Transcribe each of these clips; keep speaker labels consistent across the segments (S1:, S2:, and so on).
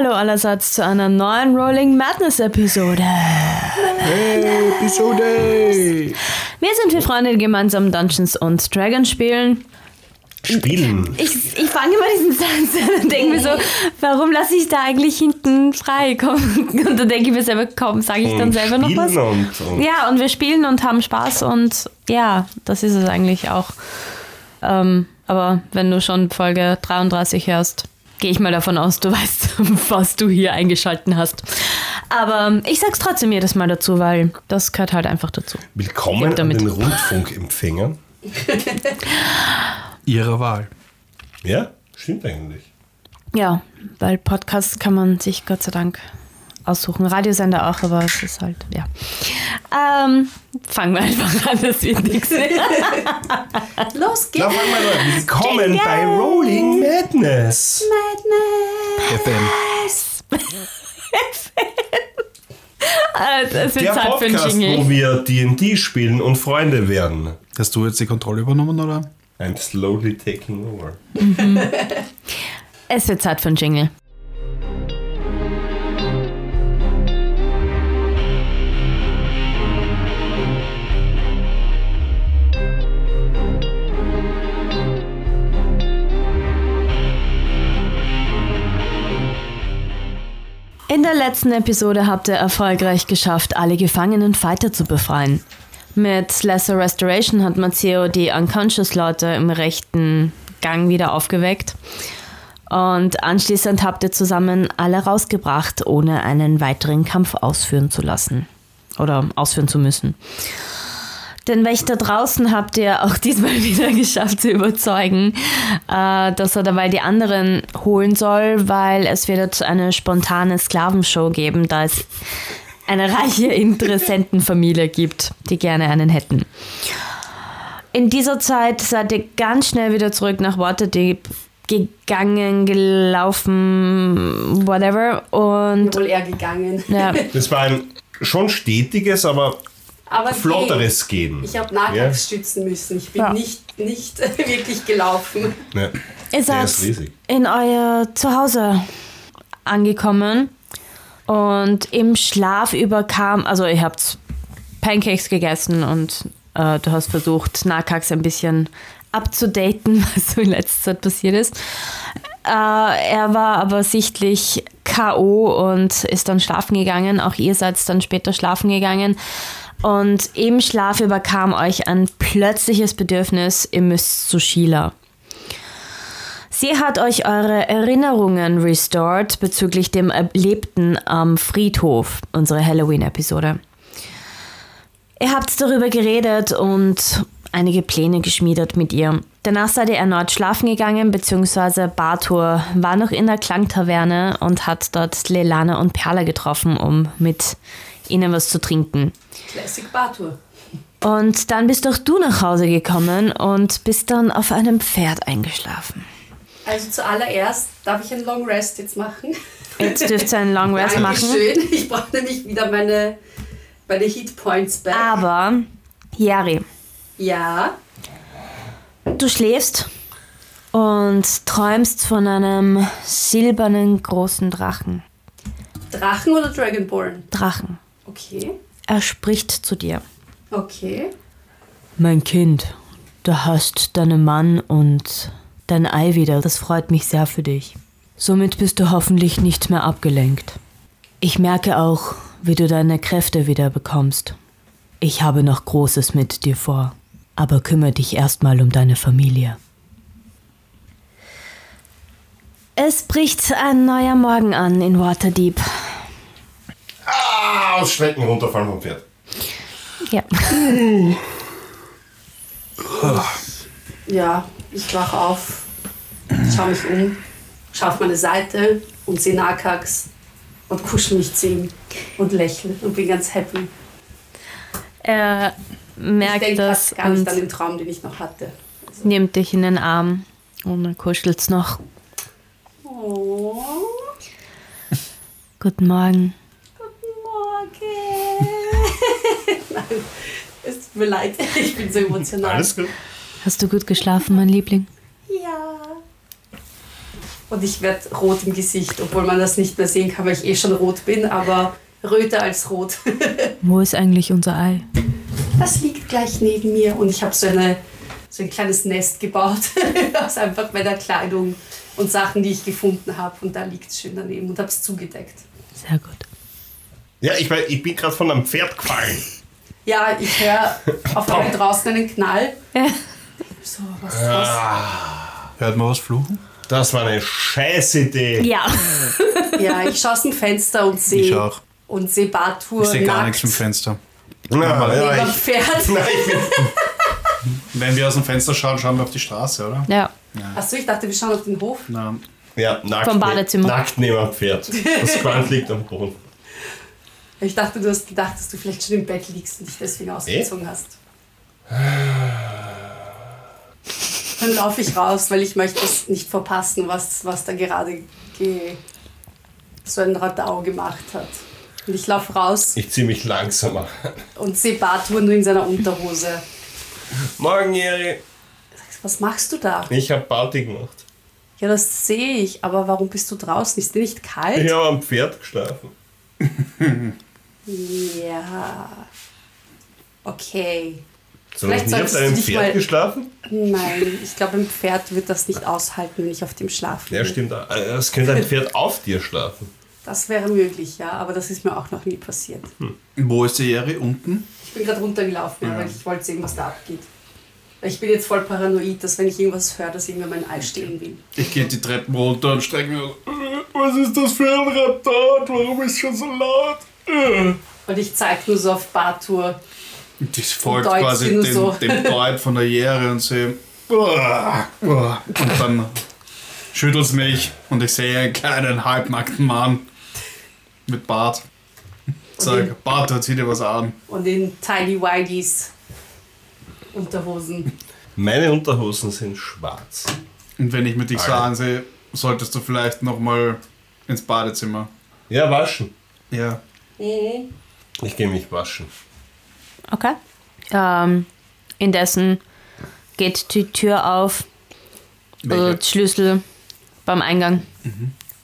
S1: Hallo allerseits zu einer neuen Rolling Madness Episode.
S2: Episode!
S1: Wir sind vier Freunde, die gemeinsam Dungeons und Dragons spielen.
S2: Spielen.
S1: Ich, ich fange immer diesen Satz an und denke mir so, warum lasse ich da eigentlich hinten frei? Komm. Und dann denke ich mir selber, komm, sage ich dann
S2: Und
S1: selber noch was?
S2: spielen Und, und
S1: Ja, und wir spielen und haben Spaß und ja, das ist es eigentlich auch. Ähm, aber wenn du schon Folge 33 hörst, gehe ich mal davon aus, du weißt, was du hier eingeschalten hast. Aber ich sag's trotzdem jedes Mal dazu, weil das gehört halt einfach dazu.
S2: Willkommen an
S1: damit.
S2: den Rundfunkempfängern.
S3: Ihrer Wahl.
S2: Ja, stimmt eigentlich.
S1: Ja, weil Podcasts kann man sich Gott sei Dank aussuchen. Radiosender auch, aber es ist halt, ja. Ähm, fangen wir einfach an, das wird nichts.
S4: Los
S2: Na,
S4: geht's!
S2: fangen wir mal an. Willkommen bei Rolling Madness.
S3: FM.
S1: Es wird
S2: Der
S1: Zeit für ein
S2: Podcast,
S1: Jingle.
S2: wo wir D&D spielen und Freunde werden.
S3: Hast du jetzt die Kontrolle übernommen, oder?
S2: I'm slowly taking over.
S1: Es wird Zeit für ein Jingle. In der letzten Episode habt ihr erfolgreich geschafft, alle gefangenen Fighter zu befreien. Mit Lesser Restoration hat Mazzeo die Unconscious Leute im rechten Gang wieder aufgeweckt. Und anschließend habt ihr zusammen alle rausgebracht, ohne einen weiteren Kampf ausführen zu lassen. Oder ausführen zu müssen. Den Wächter draußen habt ihr auch diesmal wieder geschafft zu überzeugen, äh, dass er dabei die anderen holen soll, weil es wird eine spontane Sklavenshow geben, da es eine reiche Interessentenfamilie gibt, die gerne einen hätten. In dieser Zeit seid ihr ganz schnell wieder zurück nach Waterdeep gegangen, gelaufen, whatever. Und
S4: Wohl eher gegangen.
S1: ja,
S2: Das war ein schon stetiges, aber
S4: Aber
S2: flotteres Gehen.
S4: Hey, ich habe Nachwuchs stützen müssen. Ich bin
S1: Ja.
S4: nicht, nicht wirklich gelaufen.
S2: Ja. Ja.
S1: Ihr
S2: Der
S1: seid
S2: ist riesig.
S1: in euer Zuhause angekommen und im Schlaf überkam, also ihr habt Pancakes gegessen und äh, du hast versucht, Nakax ein bisschen abzudaten, was so in letzter Zeit passiert ist. Äh, er war aber sichtlich K.O. und ist dann schlafen gegangen. Auch ihr seid dann später schlafen gegangen. Und im Schlaf überkam euch ein plötzliches Bedürfnis, ihr müsst zu Sheila. Sie hat euch eure Erinnerungen restored bezüglich dem Erlebten am Friedhof, unsere Halloween-Episode. Ihr habt darüber geredet und einige Pläne geschmiedet mit ihr. Danach seid ihr erneut schlafen gegangen, beziehungsweise Bartur war noch in der Klangtaverne und hat dort Lelana und Perla getroffen, um mit ihnen was zu trinken.
S4: Classic Bartour.
S1: Und dann bist doch du nach Hause gekommen und bist dann auf einem Pferd eingeschlafen.
S4: Also zuallererst darf ich einen Long Rest jetzt machen.
S1: Jetzt dürft ihr einen Long Rest machen.
S4: Dankeschön. Ich brauche nämlich wieder meine, meine Hit Points back.
S1: Ah. Aber, Jari,
S4: Ja.
S1: du schläfst und träumst von einem silbernen großen Drachen.
S4: Drachen oder Dragonborn?
S1: Drachen.
S4: Okay.
S1: Er spricht zu dir.
S4: Okay.
S1: Mein Kind, du hast deinen Mann und dein Ei wieder. Das freut mich sehr für dich. Somit bist du hoffentlich nicht mehr abgelenkt. Ich merke auch, wie du deine Kräfte wieder bekommst. Ich habe noch Großes mit dir vor. Aber kümmere dich erstmal um deine Familie. Es bricht ein neuer Morgen an in Waterdeep.
S2: Ah, ausstrecken, runterfallen vom Pferd.
S1: Ja.
S4: Ja, ich wache auf, schaue mich um, schaue auf meine Seite und sehe Nakax und kuschel mich zu ihm und lächle und bin ganz happy.
S1: Er
S4: ich
S1: merkt
S4: denke
S1: das
S4: fast gar nicht
S1: und
S4: an den Traum, den ich noch hatte.
S1: nimmt dich in den Arm und dann kuschelt's noch.
S4: Oh,
S1: Guten Morgen.
S4: Morgen. Nein, es tut mir leid, ich bin so emotional.
S2: Alles gut.
S1: Hast du gut geschlafen, mein Liebling?
S4: Ja. Und ich werde rot im Gesicht, obwohl man das nicht mehr sehen kann, weil ich eh schon rot bin, aber röter als rot.
S1: Wo ist eigentlich unser Ei?
S4: Das liegt gleich neben mir und ich habe so, eine, so ein kleines Nest gebaut aus einfach meiner Kleidung und Sachen, die ich gefunden habe. Und da liegt es schön daneben und habe es zugedeckt.
S1: Sehr gut.
S2: Ja, ich, mein, ich bin gerade von einem Pferd gefallen.
S4: Ja, ich höre auf einmal draußen einen Knall. So, was ist das?
S3: Ah. Hört man was fluchen?
S2: Das war eine Scheißidee.
S1: Ja.
S4: Ja, ich schaue aus dem Fenster und
S3: Ich
S4: sehe
S3: auch.
S4: und sehe Bartour
S3: Ich sehe gar
S4: nackt
S3: nichts im Fenster.
S2: Na,
S4: neben
S2: ja,
S4: einem
S2: ich,
S4: Pferd.
S2: na, ich bin,
S3: Wenn wir aus dem Fenster schauen, schauen wir auf die Straße, oder?
S1: Ja.
S4: Achso, ich dachte, wir schauen auf den Hof.
S3: Na,
S2: ja, nackt, ne-
S1: Vom Badezimmer.
S2: nackt neben einem Pferd. Das Quant liegt am Boden.
S4: Ich dachte, du hast gedacht, dass du vielleicht schon im Bett liegst und dich deswegen
S3: Äh?
S4: ausgezogen hast. Dann laufe ich raus, weil ich möchte es nicht verpassen, was, was da gerade ge so ein Radau gemacht hat. Und ich laufe raus
S2: Ich ziehe mich langsamer.
S4: und sehe Bartur nur in seiner Unterhose.
S2: Morgen, Jeri.
S4: Was machst du da?
S2: Ich habe Party gemacht.
S4: Ja, das sehe ich, aber warum bist du draußen? Ist dir nicht kalt?
S2: Ich habe am Pferd geschlafen.
S4: Ja. Okay.
S2: So,
S4: Vielleicht
S2: ich
S4: solltest
S2: habe
S4: du
S2: einem
S4: dich
S2: Pferd
S4: mal-
S2: geschlafen?
S4: Nein, ich glaube, ein Pferd wird das nicht aushalten, wenn ich auf dem schlafe.
S2: Ja, stimmt. auch. Äh, Es könnte ein Pferd auf dir schlafen.
S4: Das wäre möglich, ja, aber das ist mir auch noch nie passiert.
S3: Hm. wo ist die Jerry? Unten?
S4: Ich bin gerade runtergelaufen, weil ich wollte sehen, was da abgeht. Ich bin jetzt voll paranoid, dass wenn ich irgendwas höre, dass irgendwer mein Ei stehlen will.
S3: Ich gehe die Treppen runter und strecke mir. Was ist das für ein Ratat? Warum ist schon so laut?
S4: Und ich zeige nur so auf Bartour.
S3: Und ich folge
S4: Deutsch
S3: quasi
S4: nur
S3: dem,
S4: so.
S3: dem Deut von der Jähre und sehe. "Uah, uah." Und dann schüttelt es mich und ich sehe einen kleinen halbnackten Mann mit Bart. Sag, Bart, da zieh dir was an.
S4: Und in Tiny Whiteys Unterhosen.
S2: Meine Unterhosen sind schwarz.
S3: Und wenn ich mit dich so
S2: Alter.
S3: ansehe, solltest du vielleicht nochmal ins Badezimmer.
S2: Ja, waschen.
S3: Ja.
S4: Mhm.
S2: Ich gehe mich waschen.
S1: Okay. Ähm, indessen geht die Tür auf. Also
S3: Welche?
S1: Schlüssel beim Eingang.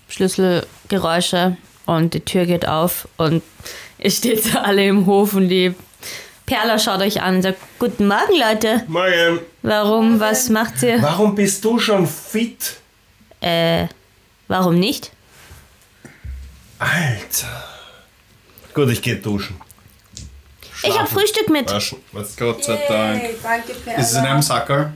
S1: Schlüsselgeräusche und die Tür geht auf und ihr steht so alle im Hof und die Perla schaut euch an und sagt, guten Morgen Leute,
S2: Morgen.
S1: warum, was macht ihr?
S2: Warum bist du schon fit?
S1: Äh, warum nicht?
S2: Alter. Gut, ich gehe duschen.
S1: Ich hab
S2: Schlafen.
S1: Frühstück mit.
S2: Waschen. Was?
S3: Gott sei Dank.
S4: danke, Perla.
S3: Ist es in einem Sackerl?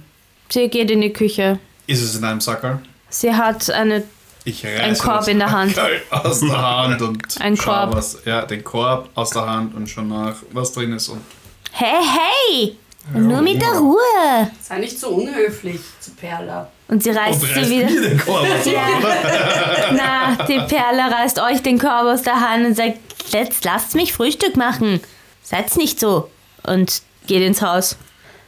S1: Sie geht in die Küche.
S3: Ist es in einem Sackerl?
S1: Sie hat eine,
S3: Ich
S1: einen
S3: reiße
S1: Korb
S3: das
S1: in der Hand.
S3: Sackerl aus der Hand und
S1: Ein
S3: schau,
S1: Korb.
S3: Was, ja, den Korb aus der Hand und schon nach, was drin ist. Und
S1: Hey, hey! Nur mit der Ruhe!
S4: Sei nicht so unhöflich zu Perla.
S1: Und sie reißt
S2: Und
S1: sie
S2: Oh, reißt
S1: wieder.
S2: mir den Korb aus.
S1: Na, die Perle reißt euch den Korb aus der Hand und sagt, jetzt lasst mich Frühstück machen. Seid's nicht so. Und geht ins Haus.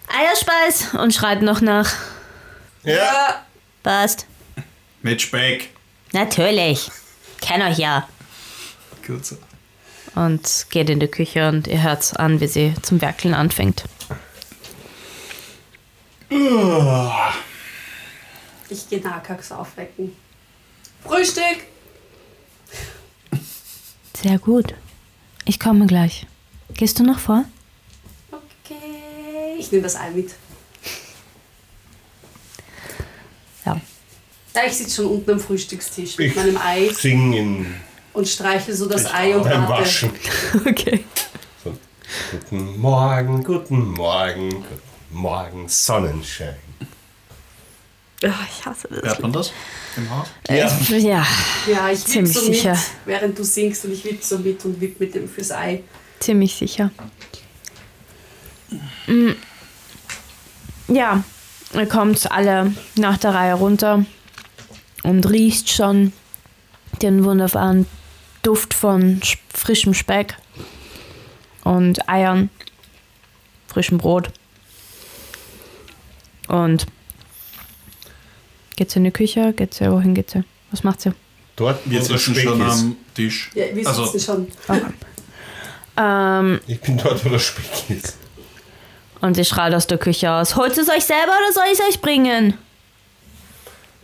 S1: Eierspeis und schreit noch nach.
S2: Ja.
S1: Passt.
S3: mit Speck.
S1: Natürlich. Kenn euch ja.
S3: Gut so.
S1: Und geht in die Küche und ihr hört's an, wie sie zum Werkeln anfängt.
S4: Ich gehe Nakax aufwecken. Frühstück!
S1: Sehr gut. Ich komme gleich. Gehst du noch vor?
S4: Okay. Ich nehme das Ei mit.
S1: Ja.
S4: Ja, ich sitze schon unten am Frühstückstisch mit
S2: Ich
S4: meinem Ei
S2: sing in
S4: und streichle so das Ei und
S2: beim
S4: warte.
S2: Waschen.
S1: Okay.
S2: So. Guten Morgen, guten Morgen, guten Morgen, Sonnenschein.
S1: Ah, ich hasse das.
S3: Hört man das im Haus?
S2: Ja.
S1: Ja,
S4: Ja, ich wippe
S1: Ziemlich
S4: so mit,
S1: sicher.
S4: während du singst und ich wippe so mit und wippe mit dem fürs Ei.
S1: ziemlich sicher. Mm. Ja, ihr kommt alle nach der Reihe runter und riecht schon den wunderbaren Duft von sch- frischem Speck und Eiern, frischem Brot. Und geht's in die Küche? Geht's ja, wohin geht's ja? Was macht's ja?
S2: Dort
S3: Wir
S2: wo der
S3: sitzen
S2: Speck
S3: schon
S2: ist.
S3: am Tisch.
S4: Ja, wir sitzen
S3: also,
S4: schon.
S1: Ähm,
S2: Ich bin dort, wo der Speck ist.
S1: Und sie schreit aus der Küche aus: Holt es euch selber oder soll ich es euch bringen?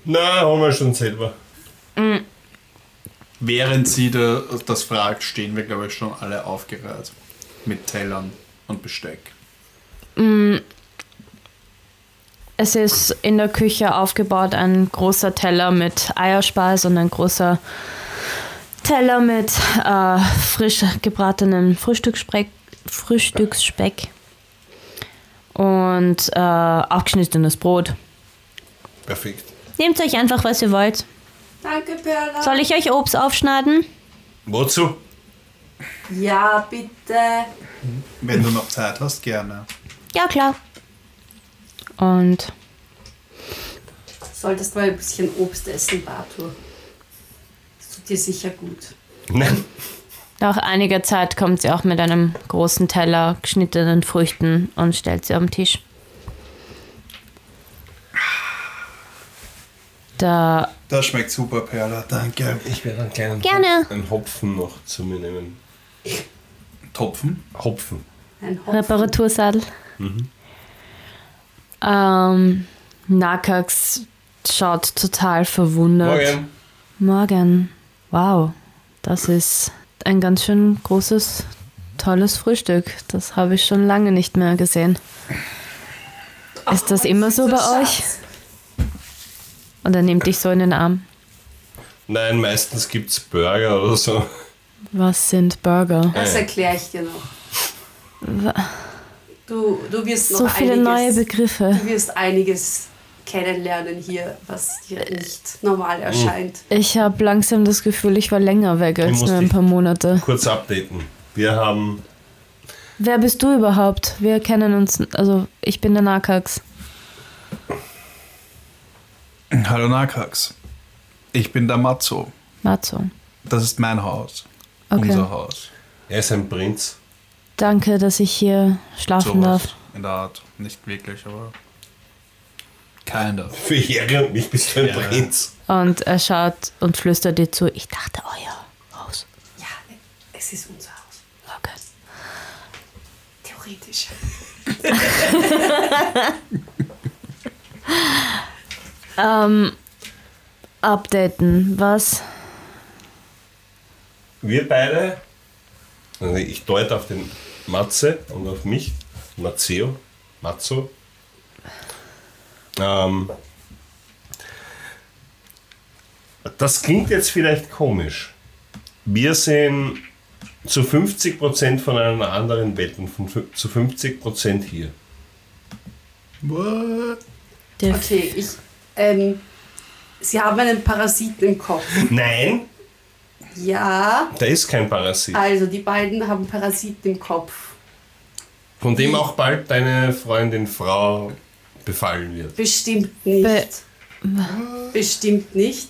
S2: Na, haben wir schon selber.
S3: Während sie da, das fragt, stehen wir, glaube ich, schon alle aufgereiht. Mit Tellern und Besteck.
S1: Es ist in der Küche aufgebaut ein großer Teller mit Eierspeis und ein großer Teller mit äh, frisch gebratenem Frühstücksspeck, Frühstücksspeck und äh, aufgeschnittenes Brot.
S3: Perfekt.
S1: Nehmt euch einfach, was ihr wollt.
S4: Danke, Perla.
S1: Soll ich euch Obst aufschneiden?
S2: Wozu?
S4: Ja, bitte.
S3: Wenn du noch Zeit hast, gerne.
S1: Ja, klar. Und
S4: Solltest mal ein bisschen Obst essen, Bartur. Das tut dir sicher gut.
S2: Nein.
S1: nach einiger Zeit kommt sie auch mit einem großen Teller geschnittenen Früchten und stellt sie am Tisch. Da
S3: Das schmeckt super, Perla. Danke.
S2: Ich werde einen kleinen
S1: Gerne.
S2: Hopf- einen Hopfen noch zu mir nehmen.
S3: Topfen.
S2: Hopfen.
S4: Ein Hopfen.
S1: Reparatursadel. Ähm, Nakax schaut total verwundert.
S2: Morgen.
S1: Morgen. Wow, das ist ein ganz schön großes, tolles Frühstück. Das habe ich schon lange nicht mehr gesehen. Ist das immer so bei euch? Und er nimmt dich so in den Arm.
S2: Nein, meistens gibt es Burger oder so.
S1: Was sind Burger?
S4: Das
S2: Ja.
S4: erkläre ich dir noch. Du, du wirst noch
S1: So viele
S4: einiges,
S1: neue Begriffe.
S4: Du wirst einiges kennenlernen hier, was dir
S1: Äh,
S4: nicht
S2: äh.
S4: normal erscheint.
S1: Ich habe langsam das Gefühl, ich war länger weg als
S2: musst
S1: nur ein
S2: dich-
S1: paar Monate.
S2: Kurz updaten. Wir haben
S1: Wer bist du überhaupt? Wir kennen uns. Also, ich bin der Nakax.
S3: Hallo Nakax. Ich bin der Matzo.
S1: Matzo.
S3: Das ist mein Haus.
S1: Okay.
S3: Unser Haus.
S2: Er ist ein Prinz.
S1: Danke, dass ich hier schlafen
S3: Sowas
S1: darf.
S3: In der Art. Nicht wirklich, aber. Kind of.
S2: Für Jäger und mich bist du ein
S3: Ja.
S2: Prinz.
S1: Und er schaut und flüstert dir zu, ich dachte oh euer Haus.
S4: Ja, es ist unser Haus.
S1: Okay.
S4: Theoretisch.
S1: Ähm, updaten, was?
S2: Wir beide, also ich deute auf den Matze und auf mich, Mazzeo, Matzo. Ähm, das klingt jetzt vielleicht komisch. Wir sind zu 50% von einer anderen Welt und von fün- zu 50% hier.
S3: What?
S1: Der
S4: Okay, ich. Ähm, Sie haben einen Parasiten im Kopf.
S2: Nein,
S4: Ja,
S2: da ist kein Parasit.
S4: also die beiden haben Parasiten im Kopf.
S2: Von dem auch bald deine Freundin Frau befallen wird.
S4: Bestimmt nicht.
S1: Be-
S4: Bestimmt nicht.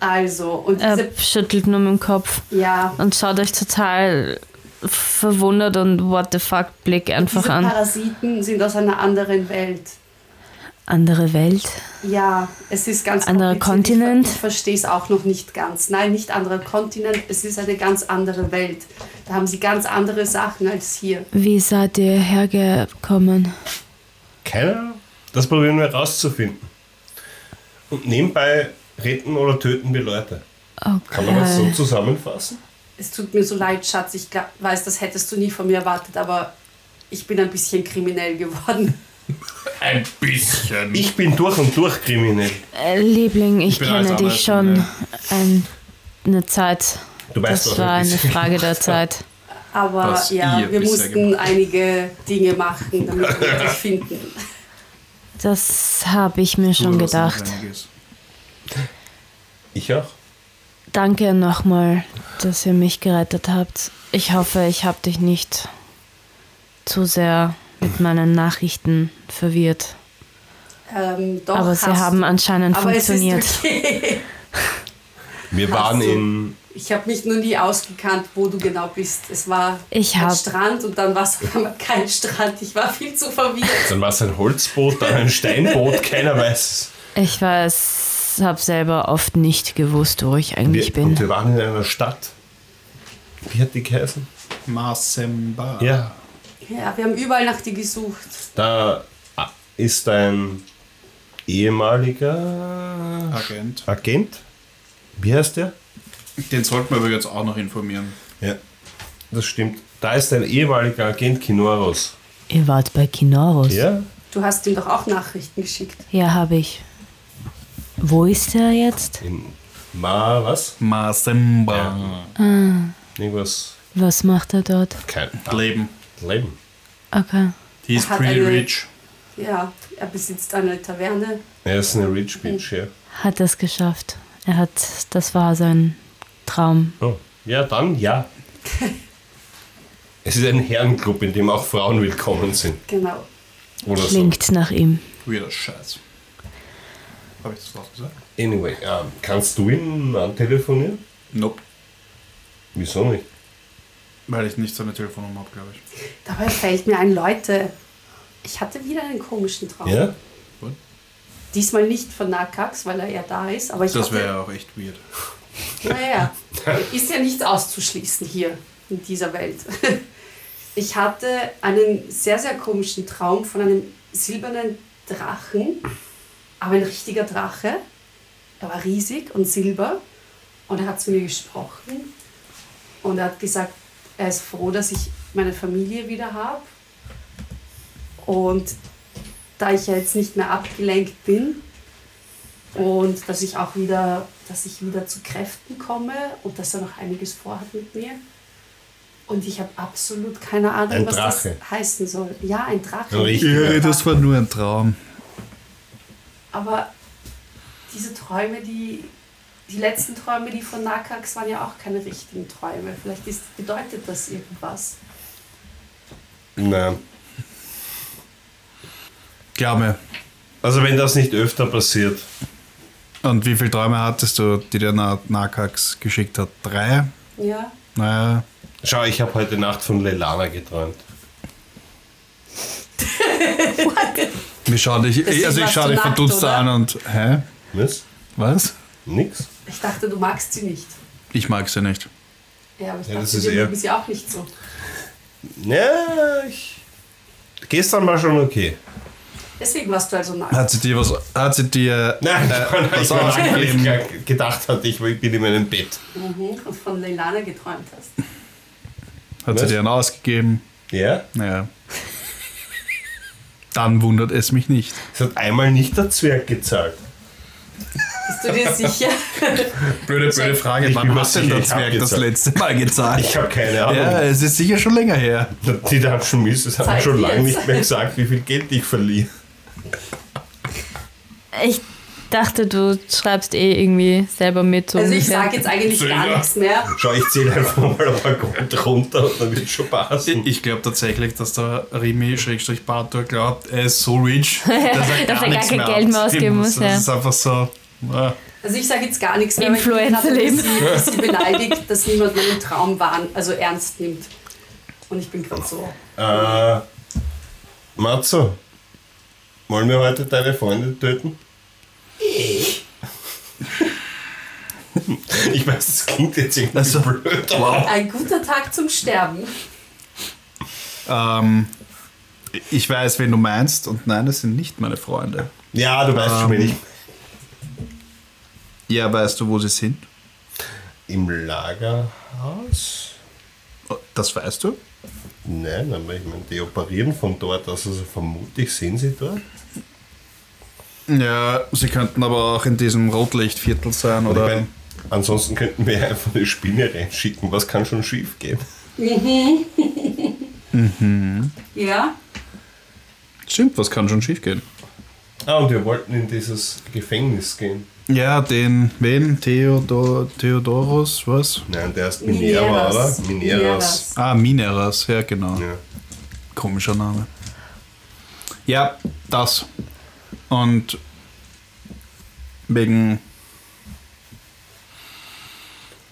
S4: Also, und diese.
S1: er schüttelt nur mit dem Kopf
S4: ja.
S1: und schaut euch total verwundert und what the fuck Blick einfach
S4: Diese
S1: an.
S4: Parasiten sind aus einer anderen Welt.
S1: Andere Welt.
S4: Ja, es ist ganz
S1: Anderer
S4: kompliziert.
S1: Kontinent?
S4: Ich, ver- ich verstehe es auch noch nicht ganz. Nein, nicht anderer Kontinent, es ist eine ganz andere Welt. Da haben sie ganz andere Sachen als hier.
S1: Wie seid ihr hergekommen?
S2: Keine Ahnung. Das probieren wir herauszufinden. Und nebenbei retten oder töten wir Leute. Kann man das so
S1: Okay.
S2: zusammenfassen?
S4: Es tut mir so leid, Schatz, ich gla- weiß, das hättest du nie von mir erwartet, aber ich bin ein bisschen kriminell geworden.
S3: Ein bisschen.
S2: Ich bin durch und durch kriminell.
S1: Äh, Liebling, ich,
S3: Ich bin
S1: kenne
S2: also
S3: alles andere
S1: dich
S3: als
S1: schon
S2: äh,
S1: ein, eine Zeit.
S2: Du weißt
S1: Das
S2: was
S1: war eine
S2: ich-
S1: Frage der Zeit.
S4: Aber
S3: Was
S4: ja,
S3: ihr
S4: wir
S3: bisher
S4: mussten
S3: gemacht habt.
S4: einige Dinge machen, damit wir dich finden.
S1: Das habe ich mir schon
S3: Tue, was
S1: gedacht.
S3: notwendig ist.
S2: Ich auch.
S1: Danke nochmal, dass ihr mich gerettet habt. Ich hoffe, ich habe dich nicht zu sehr mit meinen Nachrichten verwirrt.
S4: Ähm, doch,
S1: aber sie
S4: hast
S1: haben
S4: du.
S1: anscheinend
S4: aber
S1: funktioniert.
S4: Es ist okay.
S2: Wir
S4: Hast
S2: waren
S4: du-
S2: in.
S4: Ich habe mich nur nie ausgekannt, wo du genau bist. Es war
S1: Ich
S4: ein
S1: hab-
S4: Strand und dann war es auf einmal kein Strand. Ich war viel zu verwirrt.
S2: Dann war es ein Holzboot, dann ein Steinboot, keiner weiß
S1: Ich weiß, habe selber oft nicht gewusst, wo ich
S2: es.
S1: eigentlich
S2: Wir, und
S1: bin.
S2: wir waren in einer Stadt. Wie hat die geheißen?
S3: Masemba.
S2: Ja.
S4: Ja, wir haben überall nach dir gesucht.
S2: Da ah, ist ein ehemaliger
S3: Agent.
S2: Agent Wie heißt der?
S3: Den sollten wir aber jetzt auch noch informieren.
S2: Ja. Das stimmt. Da ist ein ehemaliger Agent Kinoros.
S1: Ihr wart bei Kinoros.
S2: Ja?
S4: Du hast ihm doch auch Nachrichten geschickt.
S1: Ja, habe ich. Wo ist er jetzt?
S2: In Ma, was?
S3: Masemba.
S2: Irgendwas.
S1: Was macht er dort?
S2: Kein
S3: Leben.
S2: Leben.
S1: Okay.
S3: He is
S4: Hat
S3: pretty
S4: eine-
S3: rich.
S4: Ja, er besitzt eine Taverne.
S2: Er ist eine Rich Bitch, ja.
S1: Hat das geschafft. Er hat, das war sein Traum.
S2: Oh. Ja, dann ja. es ist ein Herrenclub, in dem auch Frauen willkommen sind.
S4: Genau.
S2: Oder
S1: Klingt nach ihm.
S3: Weirder Scheiß. Habe ich das laut gesagt?
S2: so. Anyway, ähm, kannst du ihn antelefonieren?
S3: Nope.
S2: Wieso nicht?
S3: Weil ich nicht seine Telefonnummer habe, glaube ich.
S4: Dabei fällt mir ein, Leute, ich hatte wieder einen komischen Traum.
S2: Ja?
S4: Diesmal nicht von Nakax, weil er ja da ist, aber ich
S3: Das
S4: hatte-
S3: wäre ja auch echt weird.
S4: Naja, ist ja nichts auszuschließen hier in dieser Welt. Ich hatte einen sehr, sehr komischen Traum von einem silbernen Drachen, aber ein richtiger Drache. Er war riesig und silber und er hat zu mir gesprochen und er hat gesagt, er ist froh, dass ich meine Familie wieder habe. Und da ich ja jetzt nicht mehr abgelenkt bin, und dass ich auch wieder, dass ich wieder zu Kräften komme und dass er noch einiges vorhat mit mir. Und ich habe absolut keine Ahnung,
S2: Ein
S4: was
S2: Drache.
S4: das heißen soll. Ja, ein Drache.
S2: Ein richtiger. Ja,
S4: das war
S3: nur ein Traum.
S4: Aber diese Träume, die, die letzten Träume, die von Nakax waren ja auch keine richtigen Träume. Vielleicht ist, bedeutet das irgendwas.
S2: Nein.
S3: Glaub mir.
S2: Also wenn das nicht öfter passiert.
S3: Und wie viele Träume hattest du, die dir Na- Nakax geschickt hat? Drei?
S4: Ja,
S3: Naja.
S2: Schau, ich habe heute Nacht von Lelana geträumt.
S3: Wir schauen dich,
S4: Deswegen
S3: also ich
S4: warst
S3: schaue
S4: du
S3: dich
S4: nackt,
S3: verdutzt
S4: oder?
S3: an und, hä?
S2: Was?
S3: Was?
S2: Nix?
S4: ich dachte, du magst sie nicht.
S3: Ich mag sie nicht.
S4: Ja, aber ich
S2: Ja, das
S4: dachte,
S2: ist
S4: wir
S2: eher-
S4: mögen sie auch nicht so.
S2: Ja, Ne, ich... Gestern war schon okay.
S4: Deswegen warst du also nackt.
S3: Hat sie dir was, hat sie dir
S2: Nein, ich war, ich
S3: was
S2: war lang, weil ich
S3: ausgegeben?
S2: gar gedacht hatte, ich bin in meinem Bett.
S4: Mhm. Und von Leilana geträumt hast.
S3: Hat sie
S2: Was?
S3: dir einen ausgegeben?
S2: Ja?
S3: Naja. Dann wundert es mich nicht.
S2: Es hat einmal nicht der Zwerg gezahlt.
S4: Bist du dir sicher?
S3: Blöde, blöde Frage.
S2: Ich bin mir
S3: Wann hat denn
S2: sicher,
S3: der
S2: ich hab
S3: Zwerg das
S2: gezahlt.
S3: letzte Mal gezahlt?
S2: Ich habe keine Ahnung.
S3: Ja, es ist sicher schon länger her.
S2: Die da haben schon Mist, das haben
S4: Zeig
S2: schon
S4: jetzt.
S2: lange nicht mehr gesagt, wie viel Geld ich verliere.
S1: Ich dachte, du schreibst eh irgendwie selber mit. So
S4: Also ich
S1: ungefähr.
S4: sage jetzt eigentlich
S2: Sicher.
S4: gar nichts mehr.
S2: Schau, ich zähle einfach mal ein paar Gold runter und dann wird schon passen.
S3: Ich glaube tatsächlich, dass der Rimi Schrägstrich Bartur glaubt, er ist so rich, dass er
S1: Dass er gar
S3: nichts
S1: kein Geld mehr ausgeben muss,
S3: Das
S1: ja.
S3: ist einfach so. ah.
S4: Also ich sage jetzt gar nichts mehr.
S1: Influencer-Leben.
S4: Ich bin gerade ein bisschen- bisschen beleidigt, dass niemand meinen Traum wahr, also ernst nimmt. Und ich bin gerade so.
S2: Äh, Matzo, wollen wir heute deine Freunde töten? Ich weiß, das klingt jetzt irgendwie
S3: Also,
S2: blöd.
S3: Wow.
S4: Ein guter Tag zum Sterben.
S3: Ähm, ich weiß, wen du meinst, und nein, das sind nicht meine Freunde.
S2: Ja, du weißt schon, wenn ich
S3: Ja, weißt du, wo sie sind?
S2: im Lagerhaus.
S3: Das weißt du?
S2: Nein, aber ich meine, die operieren von dort aus, also vermutlich sind sie dort.
S3: Ja, sie könnten aber auch in diesem Rotlichtviertel sein,
S2: Und ich
S3: oder?
S2: mein, ansonsten könnten wir einfach eine Spinne reinschicken. Was kann schon schief gehen?
S4: Ja?
S3: Stimmt, was kann schon schiefgehen?
S2: Ah, und wir wollten in dieses Gefängnis gehen.
S3: Ja, den, wen? Theodor, Theodoros, was?
S2: Nein, der heißt Minera,
S4: Mineras.
S2: oder? Mineras.
S3: Ah, Mineras, ja, genau.
S2: Ja.
S3: Komischer Name. Ja, das. Und wegen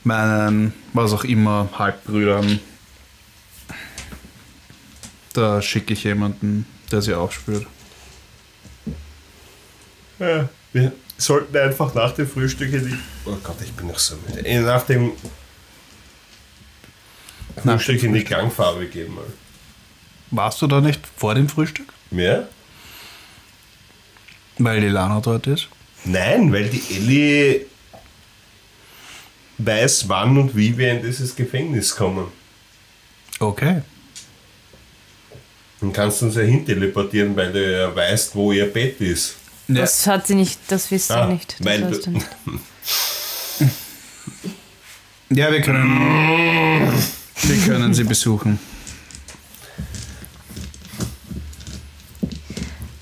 S3: meinen, was auch immer, Halbbrüdern, da schicke ich jemanden, der sie aufspürt.
S2: Ja, wir sollten einfach nach dem Frühstück in die. Oh Gott, ich bin noch so müde. Eh, Nach dem
S3: Na,
S2: Frühstück in die Gangfarbe gehen mal.
S3: warst du da nicht vor dem Frühstück?
S2: Mehr?
S3: Weil die Lana dort ist?
S2: Nein, weil die Ellie weiß, wann und wie wir in dieses Gefängnis kommen.
S3: Okay.
S2: Dann kannst du uns ja hinteleportieren, weil du ja weißt, wo ihr Bett ist.
S3: Ja.
S1: Das hat sie nicht, das wisst
S2: Ah,
S1: sie nicht. Das
S2: weil
S1: weißt du
S2: du-
S1: nicht.
S3: ja, wir können. wir können sie besuchen.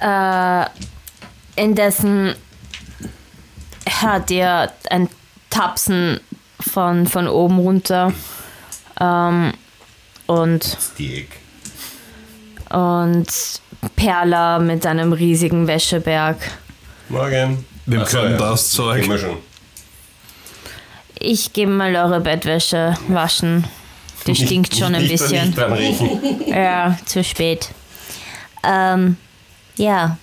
S1: Äh, indessen hört ihr ein Tapsen von, von oben runter. Ähm, und
S2: Die Eck.
S1: und Perla mit einem riesigen Wäscheberg.
S2: Morgen.
S3: Wir
S2: Ach so,
S3: können
S2: ja,
S3: das Zeug.
S2: kennen wir schon.
S1: Ich gebe mal eure Bettwäsche waschen. Die stinkt schon ein
S2: nicht, dass ich
S1: bisschen.
S2: dran riechen.
S1: Ja, zu spät. Ähm, ja.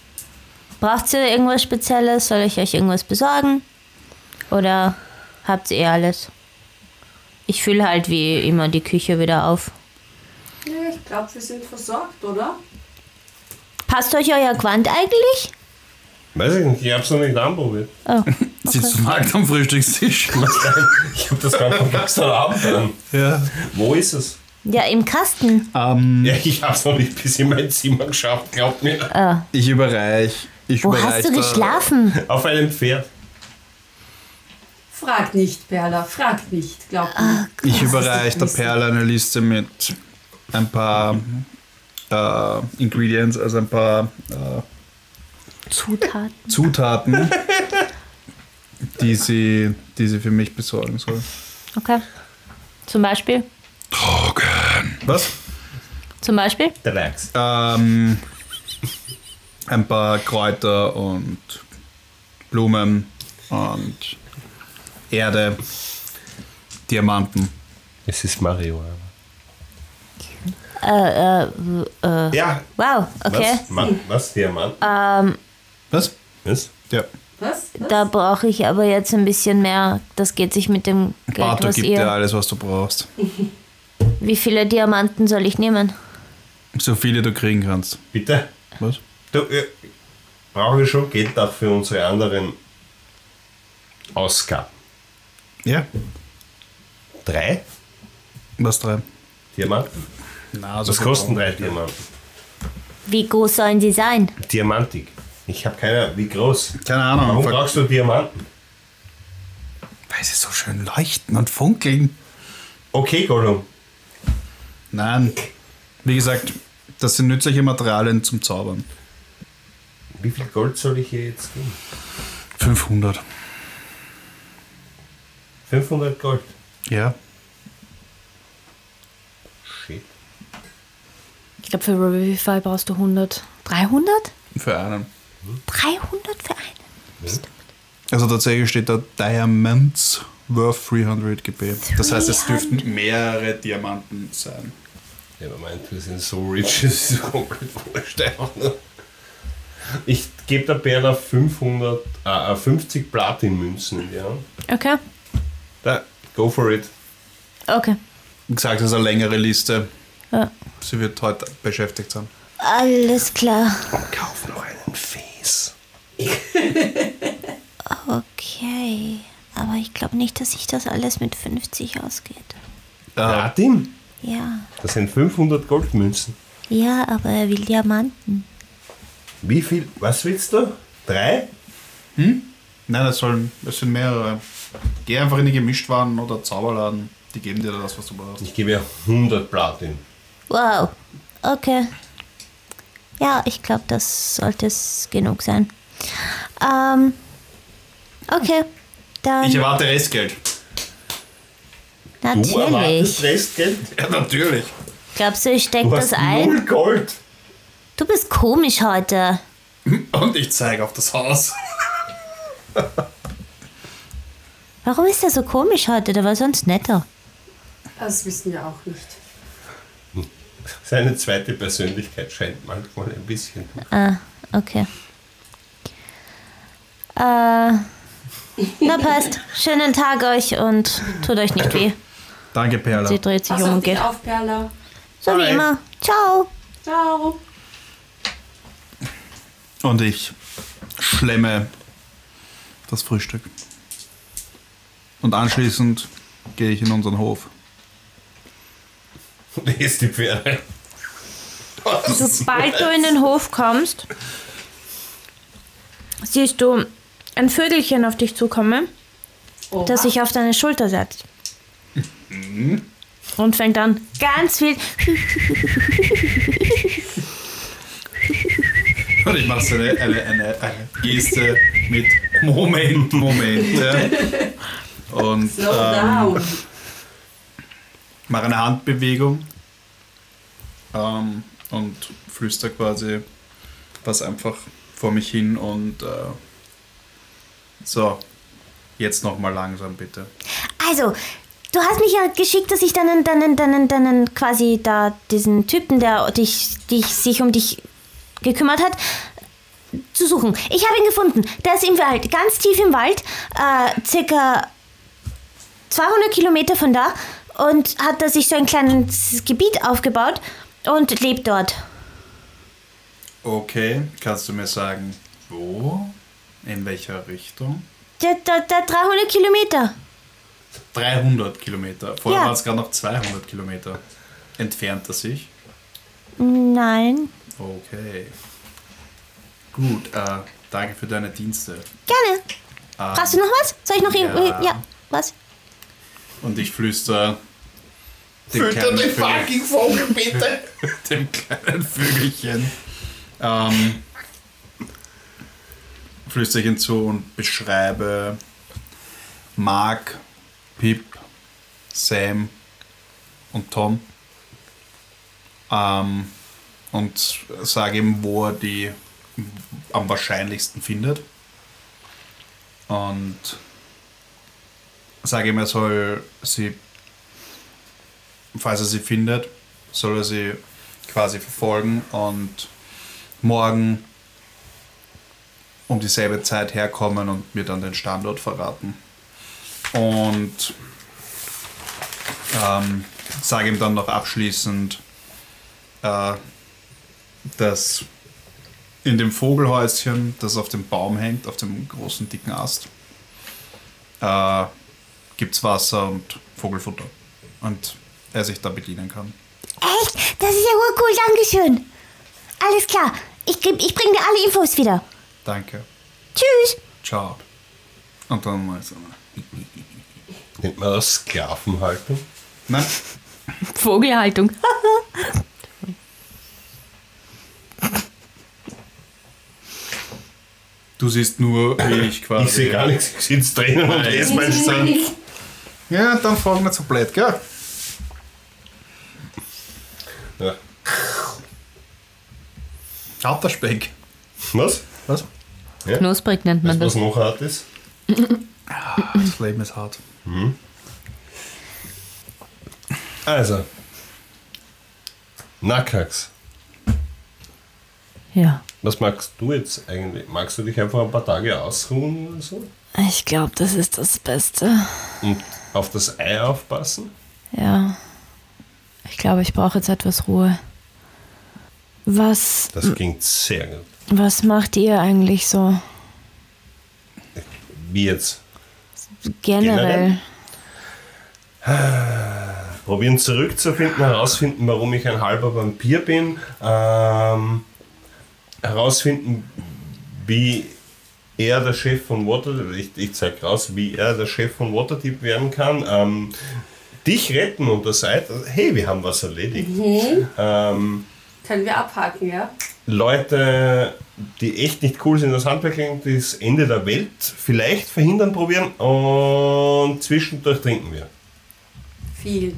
S1: Braucht ihr irgendwas Spezielles? Soll ich euch irgendwas besorgen? Oder habt ihr eh alles? Ich fülle halt wie immer die Küche wieder auf.
S4: Ja, ich glaube, wir sind versorgt, oder?
S1: Passt euch euer Quant eigentlich?
S2: Weiß ich nicht, ich hab's noch nicht anprobiert.
S3: Sitzt Markt am Frühstückstisch.
S2: Ich hab das gerade von gestern Abend an.
S3: ja.
S2: Wo ist es?
S1: Ja, im Kasten.
S3: Ähm,
S2: Ja, ich hab's noch nicht bis in mein Zimmer geschafft, glaubt mir.
S1: Ah.
S3: ich überreich. Ich
S1: Wo
S3: überreich
S1: hast du
S3: da-
S1: geschlafen?
S2: Auf einem Pferd.
S4: Frag nicht, Perla, frag nicht, glaub
S1: Ah,
S4: mir.
S3: Ich überreiche der Perle eine Liste mit ein paar äh, Ingredients, also ein paar äh,
S1: Zutaten.
S3: Zutaten, die sie, die sie für mich besorgen soll.
S1: Okay. Zum Beispiel?
S3: Was?
S1: Zum Beispiel?
S2: Der Lachs.
S3: Ähm, ein paar Kräuter und Blumen und Erde, Diamanten.
S2: Es ist Marihuana.
S1: Äh, äh,
S2: Ja.
S1: wow, okay. Ah.
S2: Was? Mann, was? Diamant?
S3: Was?
S2: Was?
S3: Ja.
S4: Was? Was?
S1: Da brauche ich aber jetzt ein bisschen mehr. Das geht sich mit dem Geld,
S3: Barto
S1: was
S3: gibt dir
S1: ihr.
S3: alles, was du brauchst.
S1: Wie viele Diamanten soll ich nehmen?
S3: So viele du kriegen kannst.
S2: Bitte?
S3: Was?
S2: Du, äh, brauche ich schon Geld auch für unsere anderen Ausgaben.
S3: Ja.
S2: Drei
S3: Was drei?
S2: Diamanten.
S3: Na, also
S2: Was kosten drei Diamanten?
S1: Wie groß sollen sie sein?
S2: Diamantik. Ich habe keine. Wie groß?
S3: Keine
S2: Warum
S3: Ahnung. ver-
S2: brauchst du Diamanten?
S3: Weil sie so schön leuchten und funkeln.
S2: Okay, Gollum.
S3: Nein. Wie gesagt, das sind nützliche Materialien zum Zaubern.
S2: Wie viel Gold soll ich hier jetzt geben?
S3: 500.
S2: 500 Gold.
S3: Ja.
S2: Shit.
S1: Ich glaube, für Revivify brauchst du 100. 300?
S3: Für einen.
S1: 300 für einen?
S3: Also tatsächlich steht da Diamonds worth 300 GB. Das heißt, es
S1: 300.
S3: dürften mehrere Diamanten sein.
S2: Ja, aber meint, wir sind so rich, es ist komplett wurscht. einfach nur. Ich gebe der Perla 500, äh, äh, 50 Platinmünzen in die Hand.
S1: Okay.
S2: Da, go for it.
S1: Okay.
S3: Wie gesagt, das ist eine längere Liste.
S1: Ja.
S3: Sie wird heute beschäftigt sein.
S1: Alles klar.
S2: Kauf noch einen Face.
S1: Okay. Aber ich glaube nicht, dass sich das alles mit 50 ausgeht.
S3: Äh,
S2: Ah. Platin?
S1: Ja.
S2: Das sind 500 Goldmünzen.
S1: Ja, aber er will Diamanten.
S2: Wie viel? Was willst du? Drei?
S3: nein, das, sollen, das sind mehrere. Geh einfach in die Gemischtwaren oder Zauberladen. Die geben dir das, was du brauchst.
S2: Ich gebe ihr 100 Platin.
S1: Wow. Okay. Ja, ich glaube, das sollte es genug sein. Ähm. Okay. Dann
S3: Ich erwarte Restgeld.
S2: Du erwartest
S1: natürlich.
S2: Restgeld?
S3: Ja, natürlich.
S1: Glaubst du, ich stecke
S2: Du
S1: das
S2: hast
S1: ein?
S2: null Gold.
S1: Du bist komisch heute.
S3: Und ich zeige auf das Haus.
S1: Warum ist er so komisch heute? Der war sonst netter.
S4: Das wissen wir auch nicht.
S2: Seine zweite Persönlichkeit scheint manchmal ein bisschen.
S1: Ah, okay. Äh, na passt. Schönen Tag euch und tut euch nicht weh.
S3: Danke, Perla.
S1: Sie dreht sich
S4: Pass
S1: um
S4: auf
S1: und
S4: dich
S1: geht.
S4: auf, Perla.
S1: So wie
S3: Bye.
S1: immer. Ciao.
S4: Ciao.
S3: Und ich schlemme das Frühstück. Und anschließend gehe ich in unseren Hof.
S2: Lest die Pferde.
S1: Sobald du in den Hof kommst, siehst du ein Vögelchen auf dich zukommen,
S4: Oh,
S1: das sich auf deine Schulter setzt. Und fängt an, ganz viel
S3: Und ich mache so eine, eine, eine, eine Geste mit Moment, Moment. ja. Und
S4: Slow down.
S3: mache eine Handbewegung ähm, und flüster quasi was einfach vor mich hin und äh, so, jetzt nochmal langsam bitte.
S5: Also, du hast mich ja geschickt, dass ich deinen, deinen, deinen, deinen quasi da diesen Typen, der dich, dich, sich um dich gekümmert hat, zu suchen. Ich habe ihn gefunden. Der ist im Wald, ganz tief im Wald, äh, circa 200 Kilometer von da und hat da sich so ein kleines Gebiet aufgebaut und lebt dort.
S3: Okay, kannst du mir sagen, wo? In welcher Richtung?
S5: Da, da, da 300 Kilometer.
S3: 300 Kilometer. Vorher
S5: Ja.
S3: waren es gerade noch 200 Kilometer. Entfernt er sich?
S5: Nein.
S3: Okay. Gut, äh, danke für deine Dienste.
S5: Gerne.
S3: Ähm,
S5: Brauchst du noch was? Soll ich noch irgendwie.
S3: ja.
S5: Ja, was?
S3: Und ich flüster dem
S2: Fütter
S3: kleinen,
S2: den
S3: Vögel,
S2: fucking Vogel, bitte!
S3: dem kleinen Vögelchen. Ähm, flüster ich hinzu und beschreibe Mark, Pip, Sam und Tom. Ähm, und sage ihm, wo er die am wahrscheinlichsten findet. Und sage ihm, er soll sie, falls er sie findet, soll er sie quasi verfolgen und morgen um dieselbe Zeit herkommen und mir dann den Standort verraten. Und ähm, sage ihm dann noch abschließend, äh, dass in dem Vogelhäuschen, das auf dem Baum hängt, auf dem großen dicken Ast, äh, gibt's Wasser und Vogelfutter. Und er sich da bedienen kann.
S5: Echt? Das ist ja urcool, Dankeschön. Alles klar, ich, geb- ich bringe dir alle Infos wieder.
S3: Danke.
S5: Tschüss.
S3: Ciao. Und dann mal so.
S2: Nennt man das Sklavenhaltung?
S3: Nein,
S1: Vogelhaltung.
S3: du siehst nur, wie ich quasi.
S2: Ich sehe gar nichts, ich sitze drinnen und lese mein Stand.
S3: Ja, dann fragen wir zu blöd, gell?
S2: Ja.
S3: Habt der Speck.
S2: Was?
S3: Was?
S1: Knusprig nennt man
S2: Weißt du, was
S1: das.
S2: noch hart ist?
S3: Das Leben ist hart.
S2: Also. Nakax,
S1: Ja.
S2: was magst du jetzt eigentlich? Magst du dich einfach ein paar Tage ausruhen oder so?
S1: Ich glaube, das ist das Beste.
S2: Und auf das Ei aufpassen?
S1: Ja. Ich glaube, ich brauche jetzt etwas Ruhe. Was,
S2: Das klingt sehr gut.
S1: was macht ihr eigentlich so
S2: Wie jetzt?
S1: generell?
S2: Generell? Probieren zurückzufinden, herausfinden, warum ich ein halber Vampir bin. Ähm, herausfinden, wie er der Chef von Waterdeep, also ich, ich zeig raus, wie er der Chef von Waterdeep werden kann. Ähm, dich retten und das seid, hey, wir haben was erledigt.
S4: Mhm.
S2: Ähm,
S4: Können wir abhaken, ja?
S2: Leute, die echt nicht cool sind, das Handwerk legen, das Ende der Welt vielleicht verhindern probieren und zwischendurch trinken wir.
S4: Viel.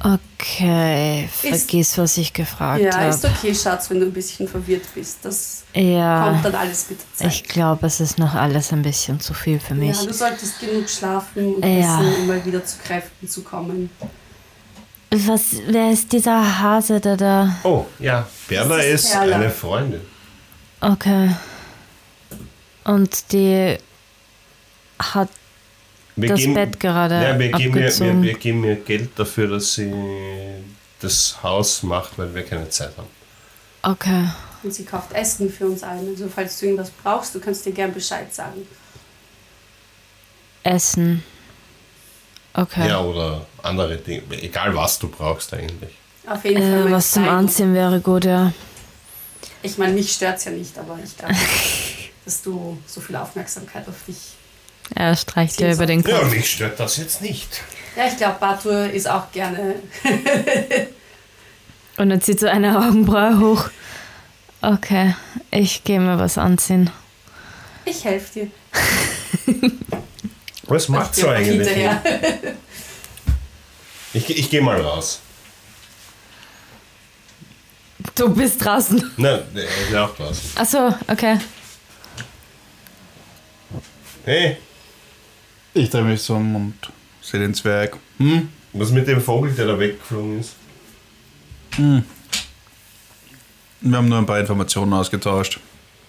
S1: Okay, vergiss, was ich gefragt
S4: Ja, ist
S1: habe.
S4: okay, Schatz, wenn du ein bisschen verwirrt bist. Das kommt
S1: Ja,
S4: dann alles mit der Zeit.
S1: Ah, ich glaube, es ist noch alles ein bisschen zu viel für mich.
S4: Ja, du solltest genug schlafen und
S1: Ja.
S4: essen, um mal wieder zu Kräften zu kommen.
S1: Was, wer ist dieser Hase da da?
S2: Oh, ja. Berla
S4: Das ist
S2: ist
S4: Perla.
S2: eine Freundin.
S1: Okay. Und die hat
S2: Wir
S1: das Bett gerade
S2: ja, wir, geben ihr, wir,
S1: abgezogen.
S2: wir geben ihr Geld dafür, dass sie das Haus macht, weil wir keine Zeit haben.
S1: okay.
S4: Und sie kauft Essen für uns allen. Also falls du irgendwas brauchst, du kannst dir gern Bescheid sagen.
S1: Essen. Okay.
S2: Ja, oder andere Dinge. Egal was du brauchst eigentlich.
S4: Auf jeden Fall.
S1: Äh,
S4: mein
S1: was zum
S4: Kleid.
S1: Anziehen wäre gut, ja.
S4: Ich meine, mich stört es ja nicht, aber ich glaube, dass du so viel Aufmerksamkeit auf dich.
S1: Er streicht dir
S4: Zieh's
S1: über
S4: auf.
S1: den Kopf.
S2: Ja, mich stört das jetzt nicht.
S4: Ja, ich glaube, Bartur ist auch gerne.
S1: Und dann zieht so eine Augenbraue hoch. Okay, ich gehe mir was anziehen.
S4: Ich helfe dir.
S2: Was macht
S4: Ich
S2: so
S4: bin
S2: eigentlich? ne?
S4: Hinterher.
S2: Ich, ich gehe mal raus.
S1: Du bist draußen.
S2: Nein, ich darf äh, was.
S1: Achso, okay.
S2: Hey,
S3: Ich drehe mich so um und sehe den Zwerg. Hm?
S2: was mit dem Vogel, der da weggeflogen ist?
S3: Wir haben nur ein paar Informationen ausgetauscht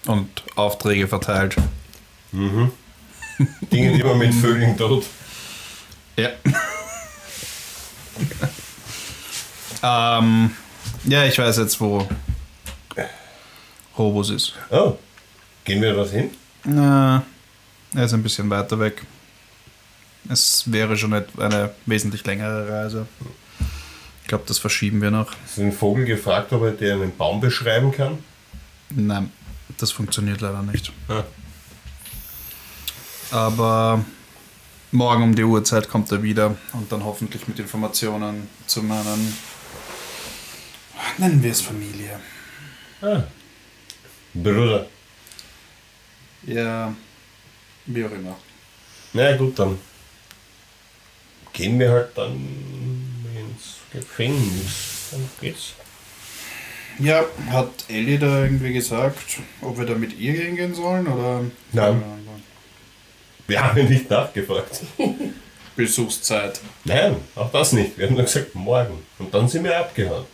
S3: und Aufträge verteilt.
S2: Dingen immer mit Vögeln tot.
S3: Ja. ähm, ja, ich weiß jetzt, wo Robus ist.
S2: Oh, gehen wir dort hin?
S3: Na, er ist ein bisschen weiter weg. Es wäre schon et- eine wesentlich längere Reise. Ich glaube, das verschieben wir noch.
S2: Hast du den Vogel gefragt, ob er dir einen Baum beschreiben kann?
S3: Nein, das funktioniert leider nicht.
S2: Ah.
S3: Aber morgen um die Uhrzeit kommt er wieder und dann hoffentlich mit Informationen zu meinen, nennen wir es Familie.
S2: Ah. Bruder.
S3: Ja, wie auch immer.
S2: Na gut, dann gehen wir halt dann ins Gefängnis. Dann geht's.
S3: Ja, hat Ellie da irgendwie gesagt, ob wir da mit ihr hingehen sollen oder?
S2: Nein. Wir haben ihn nicht nachgefragt.
S3: Besuchszeit.
S2: Nein, auch das nicht. Wir haben nur gesagt, morgen. Und dann sind wir abgehauen.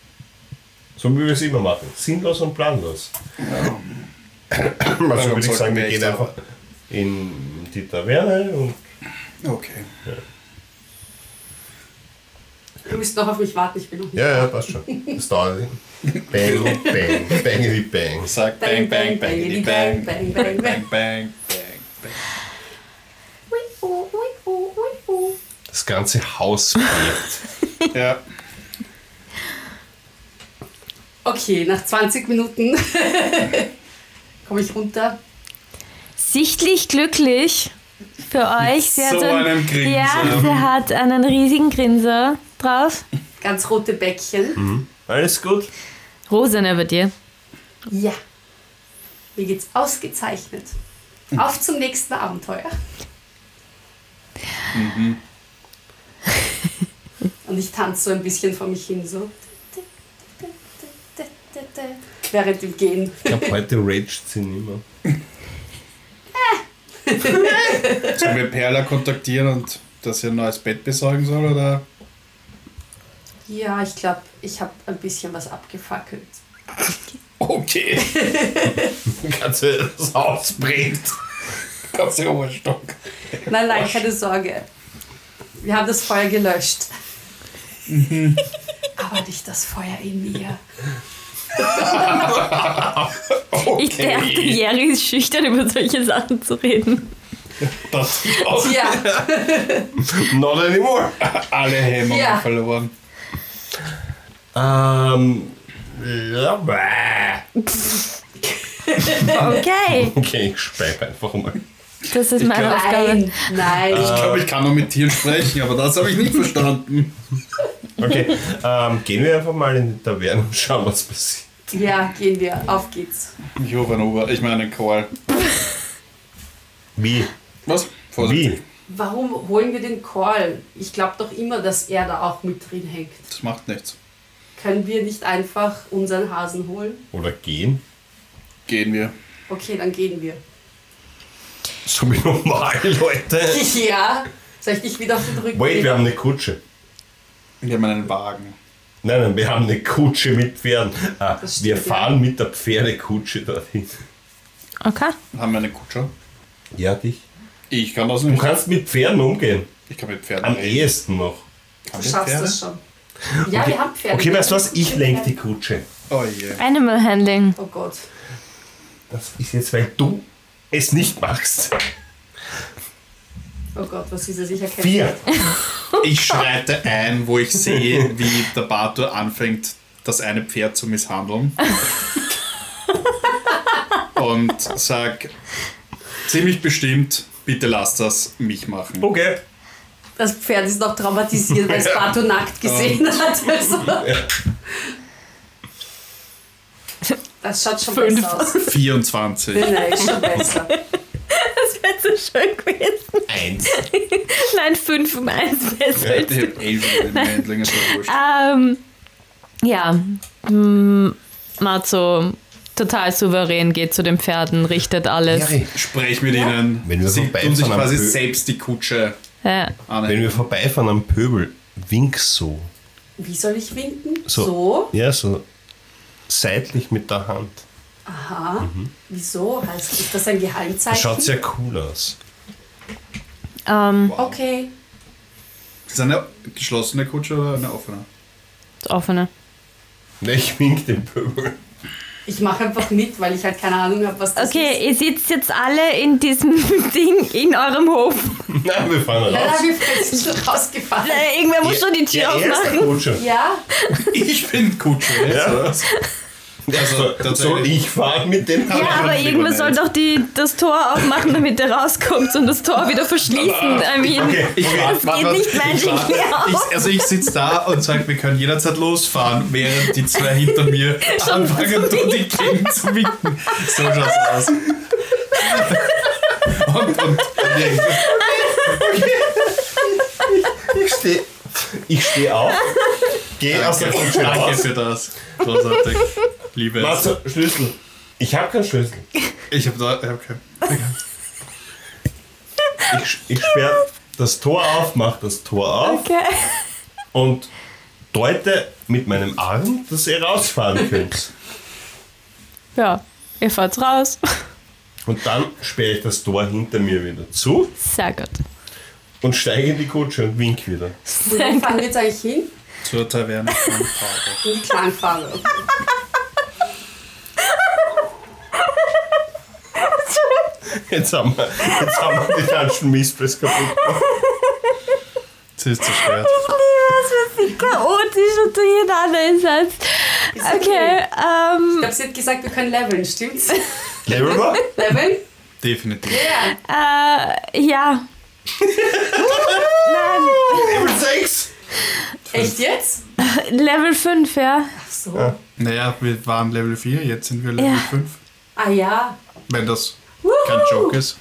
S2: So wie wir es immer machen. Sinnlos und planlos. Also würde ich sagen, wir gehen einfach in die Taverne und
S3: Okay.
S4: Du musst noch auf mich warten, ich bin noch nicht.
S2: Ja, ja, passt schon. Das dauert. Bang, bang, bangity bang.
S3: Sag bang, bang, bang, bang, bang, bang, bang, bang, bang.
S4: Ui, oh, ui, oh, ui, oh.
S2: Das ganze Haus bebt.
S3: Ja.
S4: Okay, nach 20 Minuten komme ich runter.
S1: Sichtlich glücklich für euch. Sie hat
S3: so
S1: ein-
S3: einem Grinsen.
S1: Ja, sie hat einen riesigen Grinser drauf.
S4: Ganz rote Bäckchen.
S2: Alles gut?
S1: Rosane ne, bei dir.
S4: Ja. Mir geht's ausgezeichnet. Auf zum nächsten Abenteuer. Und ich tanze so ein bisschen vor mich hin, so. Während dem Gehen.
S2: Ich glaube, heute raged sie nicht mehr.
S3: Sollen wir Perla kontaktieren und dass ihr ein neues Bett besorgen soll oder?
S4: Ja, ich glaube, ich habe ein bisschen was abgefackelt.
S3: Okay.
S2: Kannst du das Haus brennt.
S3: Ganz der Oberstock.
S4: Nein, nein, keine Sorge. Wir haben das Feuer gelöscht. Aber nicht das Feuer in mir.
S1: Ich dachte, Jerry ist schüchtern, über solche Sachen zu reden.
S3: Das auch
S4: Ja,
S2: Not anymore.
S3: alle Hemmungen
S4: Ja.
S3: verloren.
S2: Ähm. Ja, bäh.
S1: Okay,
S2: okay, ich speibe einfach mal.
S1: das ist
S3: Ich
S1: meine
S3: glaub-
S1: Aufgabe.
S4: nein, nein.
S3: Ich glaube, ich kann nur mit Tieren sprechen, aber das habe ich nicht verstanden.
S2: Okay, ähm, gehen wir einfach mal in die Taverne und schauen, was passiert.
S4: Ja, gehen wir. Auf geht's.
S3: Ich rufe einen Ober, ich meine einen Call.
S2: Wie?
S3: Was?
S2: Wie?
S4: Warum holen wir den Call? Ich glaube doch immer, dass er da auch mit drin hängt.
S3: Das macht nichts.
S4: Können wir nicht einfach unseren Hasen holen?
S2: Oder gehen?
S3: Gehen wir.
S4: Okay, dann gehen wir.
S2: So wie normal, Leute.
S4: Ja, soll ich dich wieder auf den Rücken
S2: Wait, wir
S4: nehmen?
S2: haben eine Kutsche.
S3: Wir haben einen Wagen.
S2: Nein, nein, wir haben eine Kutsche mit Pferden. Ah,
S4: Das
S2: wir
S4: stimmt, ja.
S2: fahren mit der Pferdekutsche dorthin.
S1: Okay.
S3: Haben wir eine Kutsche?
S2: Ja, dich.
S3: Ich kann das
S2: Du
S3: nicht.
S2: kannst mit Pferden umgehen.
S3: Ich kann mit Pferden
S2: Am
S3: reden.
S2: ehesten noch.
S3: Kann
S4: Du
S3: mit
S4: schaffst
S3: Pferden?
S4: das schon. Ja, wir haben Pferde.
S2: Okay, weißt du was? Ich lenke die Kutsche.
S3: Oh je.
S1: Animal Handling.
S4: Oh Gott.
S2: Das ist jetzt, weil du es nicht machst.
S4: Oh Gott, was ist das? Ich erkenne
S2: Vier.
S3: Ich schreite ein, wo ich sehe, wie der Bartur anfängt, das eine Pferd zu misshandeln. Und sag ziemlich bestimmt, bitte lass das mich machen.
S2: Okay.
S4: Das Pferd ist noch traumatisiert, weil es Bato
S2: Oh.
S4: nackt gesehen hat. Also. Das schaut schon
S1: Fünf.
S4: besser aus.
S3: 24.
S4: Nein, ist schon besser.
S1: Das wäre so schön gewesen.
S2: Eins.
S1: Nein, fünf um eins wäre so
S3: Ja, die hat Asian im Handling, ist doch wurscht.
S1: Ähm, ja, mm, Matzo total souverän geht zu den Pferden, richtet alles.
S2: Harry,
S3: Sprech mit ihnen.
S2: Wenn wir
S3: Sie
S2: vorbeifahren
S3: tun sich
S2: am
S3: quasi
S2: Bö-
S3: selbst die Kutsche
S1: Ja.
S2: wenn
S3: an.
S2: wir vorbeifahren am Pöbel, wink so.
S4: Wie soll ich winken?
S2: So.
S4: so?
S2: Ja, so seitlich mit der Hand.
S4: Aha. Wieso? Heißt, ist das ein
S2: Das
S4: Geheimzeichen?
S2: schaut sehr cool aus.
S1: Ähm,
S4: Okay.
S3: Ist das eine geschlossene Kutsche oder eine offene?
S1: offene.
S2: Na, Ich wink dem Pöbel.
S4: Ich mache einfach mit, weil ich halt keine Ahnung habe, was das ist.
S1: Okay, ihr sitzt jetzt alle in diesem Ding in eurem Hof.
S2: Nein, wir fahren
S4: Dann
S2: raus.
S4: habe ich jetzt schon rausgefallen.
S1: Äh, Irgendwer muss schon die
S2: Ja,
S1: Tür
S2: er ist der
S1: aufmachen.
S2: Kutscher.
S4: Ja,
S3: Ich bin Kutsche.
S2: Ja.
S3: Also, also
S2: Soll
S3: tatsächlich.
S2: ich fahren mit dem
S1: Ja,
S2: Pöbel?
S1: aber
S3: lieber
S1: irgendwer soll
S3: nicht.
S1: doch die, das Tor aufmachen, damit er rauskommt und das Tor wieder verschließen. I mean,
S2: Okay.
S3: Ich warte,
S1: geht nicht menschlich mehr
S3: ich, also ich sitze da und sage, wir können jederzeit losfahren, während die zwei hinter mir anfangen, durch die Gegend zu winken. So schaut's aus. Und, und
S2: Ich stehe ich steh auf, gehe aus der Kutsche
S3: danke
S2: raus.
S3: für das. Großartig. Liebe es.
S2: Matze, Schlüssel. Ich habe keinen Schlüssel.
S3: Ich habe da. ja, Okay.
S2: Ich, ich sperre das Tor auf, mache das Tor auf
S1: okay.
S2: und deute mit meinem Arm, dass ihr rausfahren könnt.
S1: Ja, ihr fahrt raus.
S2: Und dann sperre ich das Tor hinter mir wieder zu
S1: Sehr gut.
S2: und steige in die Kutsche und wink wieder.
S4: wo fahren wir jetzt eigentlich hin?
S3: Zur Taverne von Pago.
S4: In die Klangfahne.
S2: Jetzt haben wir, jetzt haben wir die ganzen Mistress kaputt.
S3: Sie ist zerstört.
S1: Ich liebe es, wie chaotisch und durcheinander ihr seid. Okay,
S4: okay. Ich
S1: ähm,
S4: glaube, sie hat gesagt, wir können leveln, stimmt's?
S2: Leverba?
S4: Leveln?
S3: Definitiv.
S4: Ja.
S1: äh, ja.
S2: Level 6!
S4: Echt jetzt?
S1: Level 5, ja.
S4: Ach so.
S3: Naja, wir waren Level 4, jetzt sind wir Level
S1: Ja.
S3: 5.
S4: Ah ja.
S3: Wenn das kein Joke ist.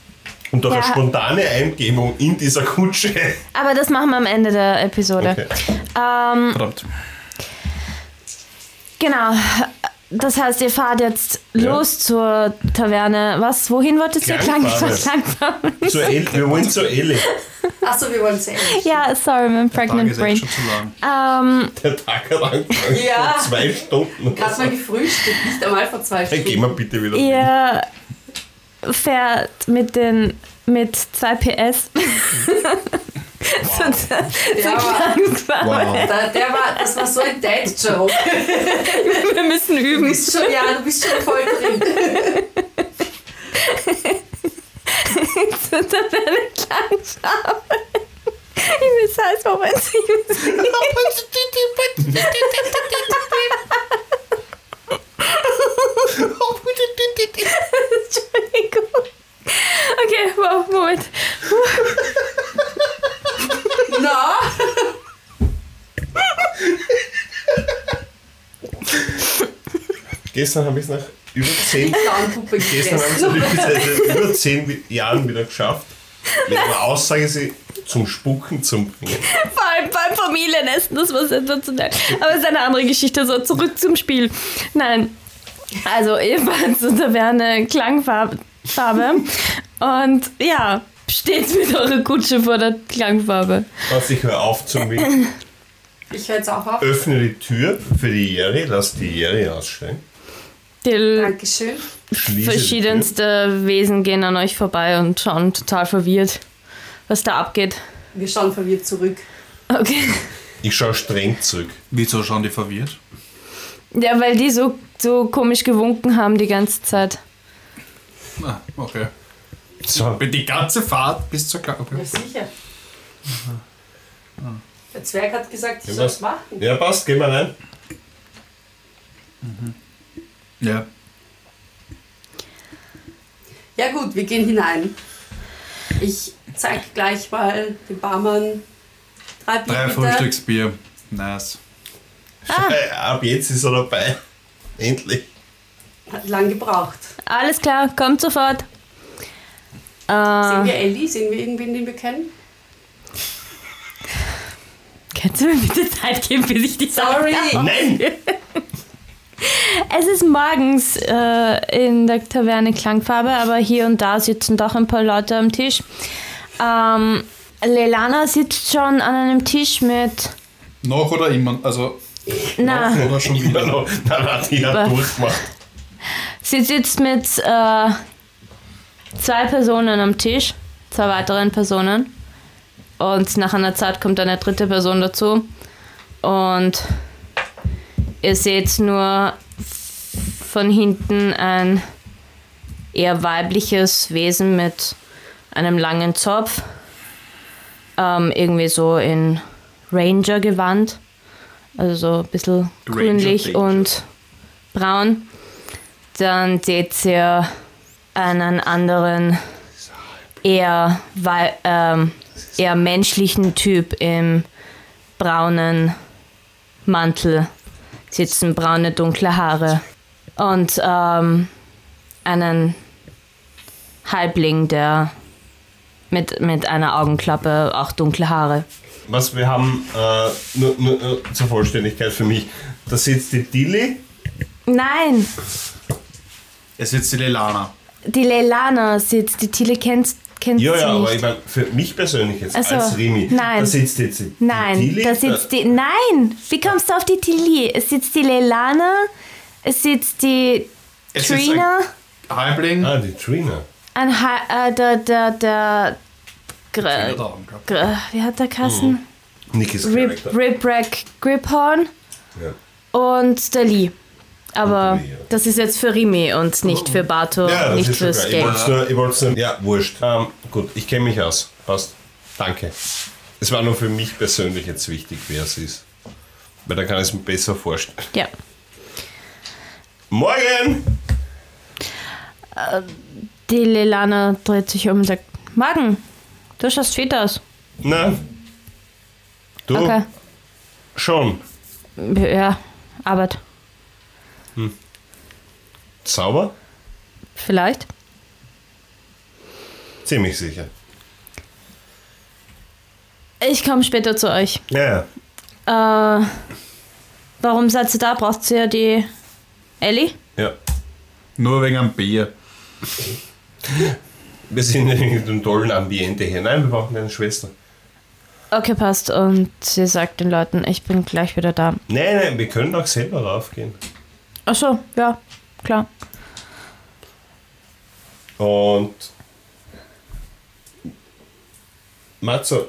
S2: Und doch eine
S1: Ja.
S2: spontane Eingebung in dieser Kutsche.
S1: Aber das machen wir am Ende der Episode.
S2: Okay.
S1: Ähm,
S3: Verdammt.
S1: genau. Das heißt, ihr fahrt jetzt
S2: Ja.
S1: los zur Taverne. Was? Wohin wolltest ihr?
S2: Klangfarbe.
S1: Klangfarbe.
S2: Zur El wir wollen zur Elle.
S4: Achso, wir wollen sehen.
S1: Ja, sorry, mein
S3: Tag
S1: pregnant
S3: ist echt
S1: brain.
S3: schon zu lang.
S1: Ähm,
S2: Der Tag hat angefangen.
S4: Ja.
S2: Vor zwei Stunden.
S4: Hast mal gefrühstückt, nicht einmal vor zwei
S2: Hey, geh mal
S4: Stunden.
S2: bitte wieder.
S1: ihr fährt mit den mit 2 PS
S4: Der war,
S1: Klangfarbe.
S4: da, der war, das war so ein Dad-Joke.
S1: Wir müssen
S4: Du
S1: üben.
S4: bist schon, ja, du bist schon voll drin.
S1: zur Tabelle Klangfarbe. Ich weiß heißt, wo man Entschuldigung. Okay, wow, Moment.
S4: Na?
S2: Gestern habe ich es nach über zehn,
S4: Clownpuppe
S2: gestern habe
S4: gegessen.
S2: ich es seit über zehn Jahren wieder geschafft, mit einer Aussage sie zum Spucken zu bringen.
S1: Vor allem beim Familienessen, das war sensationell. Aber es ist eine andere Geschichte, so zurück zum Spiel. Nein. Also, ihr fahrt zur Taverne Klangfarbe. Farbe. Und ja, steht mit eurer Kutsche vor der Klangfarbe.
S2: Was ich höre auf zum Winken.
S4: Ich höre jetzt auch auf.
S2: Öffne die Tür für die Jerry, lass die Jerry aussteigen.
S1: Die
S4: Dankeschön.
S2: Schließe die
S1: verschiedenste Wesen gehen an euch vorbei und schauen total verwirrt, was da abgeht.
S4: Wir schauen verwirrt zurück.
S1: Okay.
S2: Tür. Ich schaue streng zurück.
S3: Wieso schauen die verwirrt?
S1: Ja, weil die so, so komisch gewunken haben die ganze Zeit.
S3: Ah, okay.
S2: So,
S3: Die ganze Fahrt bis zur
S4: Ja,
S3: Klappe.
S4: sicher. Der Zwerg hat gesagt, ich
S2: Ja,
S4: soll
S2: was?
S4: es machen.
S2: ja, passt, gehen wir rein.
S3: Ja.
S4: Ja gut, wir gehen hinein. Ich zeig gleich mal dem Barmann drei Bier
S3: Drei
S4: bitte.
S3: Frühstücksbier. Nice.
S2: Äh, Ab jetzt ist er dabei. Endlich.
S4: Hat lang gebraucht.
S1: Alles klar, kommt sofort.
S4: Sehen
S1: Äh,
S4: wir Ellie? Sehen wir irgendwen, den wir kennen?
S1: kannst du mir bitte Zeit geben, bis ich die Sache
S4: Sorry!
S2: Nein!
S1: Es ist morgens äh, in der Taverne Klangfarbe, aber hier und da sitzen doch ein paar Leute am Tisch. Ähm, Lelana sitzt schon an einem Tisch mit.
S3: Noch oder immer? Also,
S1: Na,
S3: oder schon
S2: Immer
S3: wieder?
S2: noch. Nein, nein, die
S1: Was?
S2: hat durchgemacht.
S1: sie sitzt mit äh, zwei Personen am Tisch, zwei weiteren Personen. Und nach einer Zeit kommt eine dritte Person dazu. Und ihr seht nur von hinten ein eher weibliches Wesen mit einem langen Zopf. Ähm, irgendwie so in Ranger-Gewand. Also so ein bisschen
S3: Ranger,
S1: grünlich
S3: Ranger.
S1: und braun. Dann seht ihr einen anderen eher, wei- ähm, eher menschlichen Typ im braunen Mantel sitzen braune, dunkle Haare und ähm, einen Halbling, der mit, mit einer Augenklappe auch dunkle Haare.
S2: Was wir haben, äh, nur, nur, nur zur Vollständigkeit für mich, da sitzt die Dilly.
S1: Nein,
S3: Es sitzt die Lelana.
S1: die Leilana sitzt, die Tile kennt, kennt
S2: Ja,
S1: sie
S2: ja, aber ich
S1: nicht.
S2: meine, für mich persönlich jetzt,
S1: Ach so.
S2: als Rimi,
S1: Nein.
S2: da sitzt jetzt die
S1: Nein,
S2: Tilly.
S1: da sitzt die. Nein! Wie kommst du auf die Tilly? Es sitzt die Leilana, es sitzt die
S3: Es sitzt ein-
S1: Trina,
S3: Halbling.
S2: Ah, die Trina.
S1: ein ha äh, der, der, der, Gr-
S3: Oder Augenklappe.
S1: Gr- wie hat der Kassen?
S2: Mhm. Nickes
S1: Rip,
S2: Charakter.
S1: Rip Rack Griphorn
S2: Ja.
S1: und der Lee. Aber
S2: Und der Lee, ja.
S1: das ist jetzt für Rimi und nicht für Bato,
S2: Ja, das
S1: nicht
S2: ist schon
S1: fürs
S2: klar. Ich
S1: Game.
S2: wollt's nur, ich wollt's nur, ja, wurscht. Ähm, gut, ich kenne mich aus. Passt. Danke. Es war nur für mich persönlich jetzt wichtig, wer es ist. Weil dann kann ich es mir besser vorstellen.
S1: Ja.
S2: Morgen!
S1: Die Lilana dreht sich um und sagt: Magen, du schaust fit aus.
S2: Na? Du?
S1: Okay.
S2: Schon.
S1: Ja, Arbeit.
S2: Sauber?
S1: Vielleicht.
S2: Ziemlich sicher.
S1: Ich komme später zu euch.
S2: Ja, ja.
S1: Äh, warum seid ihr da? Braucht ihr die Ellie?
S2: ja.
S3: Nur wegen einem Bier.
S2: Wir sind in einem tollen Ambiente hier. Nein, wir brauchen deine Schwester.
S1: Okay, passt. Und sie sagt den Leuten: Ich bin gleich wieder da.
S2: Nein, nein, wir können auch selber raufgehen.
S1: Ach so, ja, klar.
S2: Und Matzo,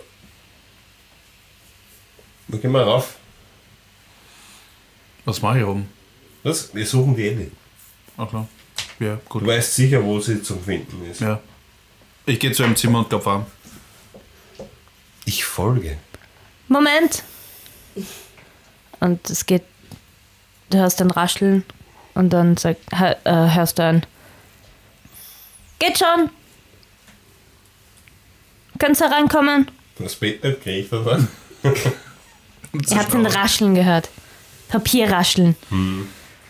S2: wo gehen wir rauf?
S3: Was mache ich oben?
S2: Was? Wir suchen die Ellie.
S3: Ach klar. Ja,
S2: Du
S3: gut.
S2: weißt sicher, wo sie zum Finden ist.
S3: Ja. Ich gehe zu ihrem Zimmer und klopfe an.
S2: Ich folge.
S1: Moment! Und es geht. Du hörst ein Rascheln und dann sagt, hör, äh, hörst du ein. Geht schon! Kannst hereinkommen?
S2: Das Bett nicht gekriegt, oder?
S1: Ihr habt ein Rascheln gehört. Papierrascheln.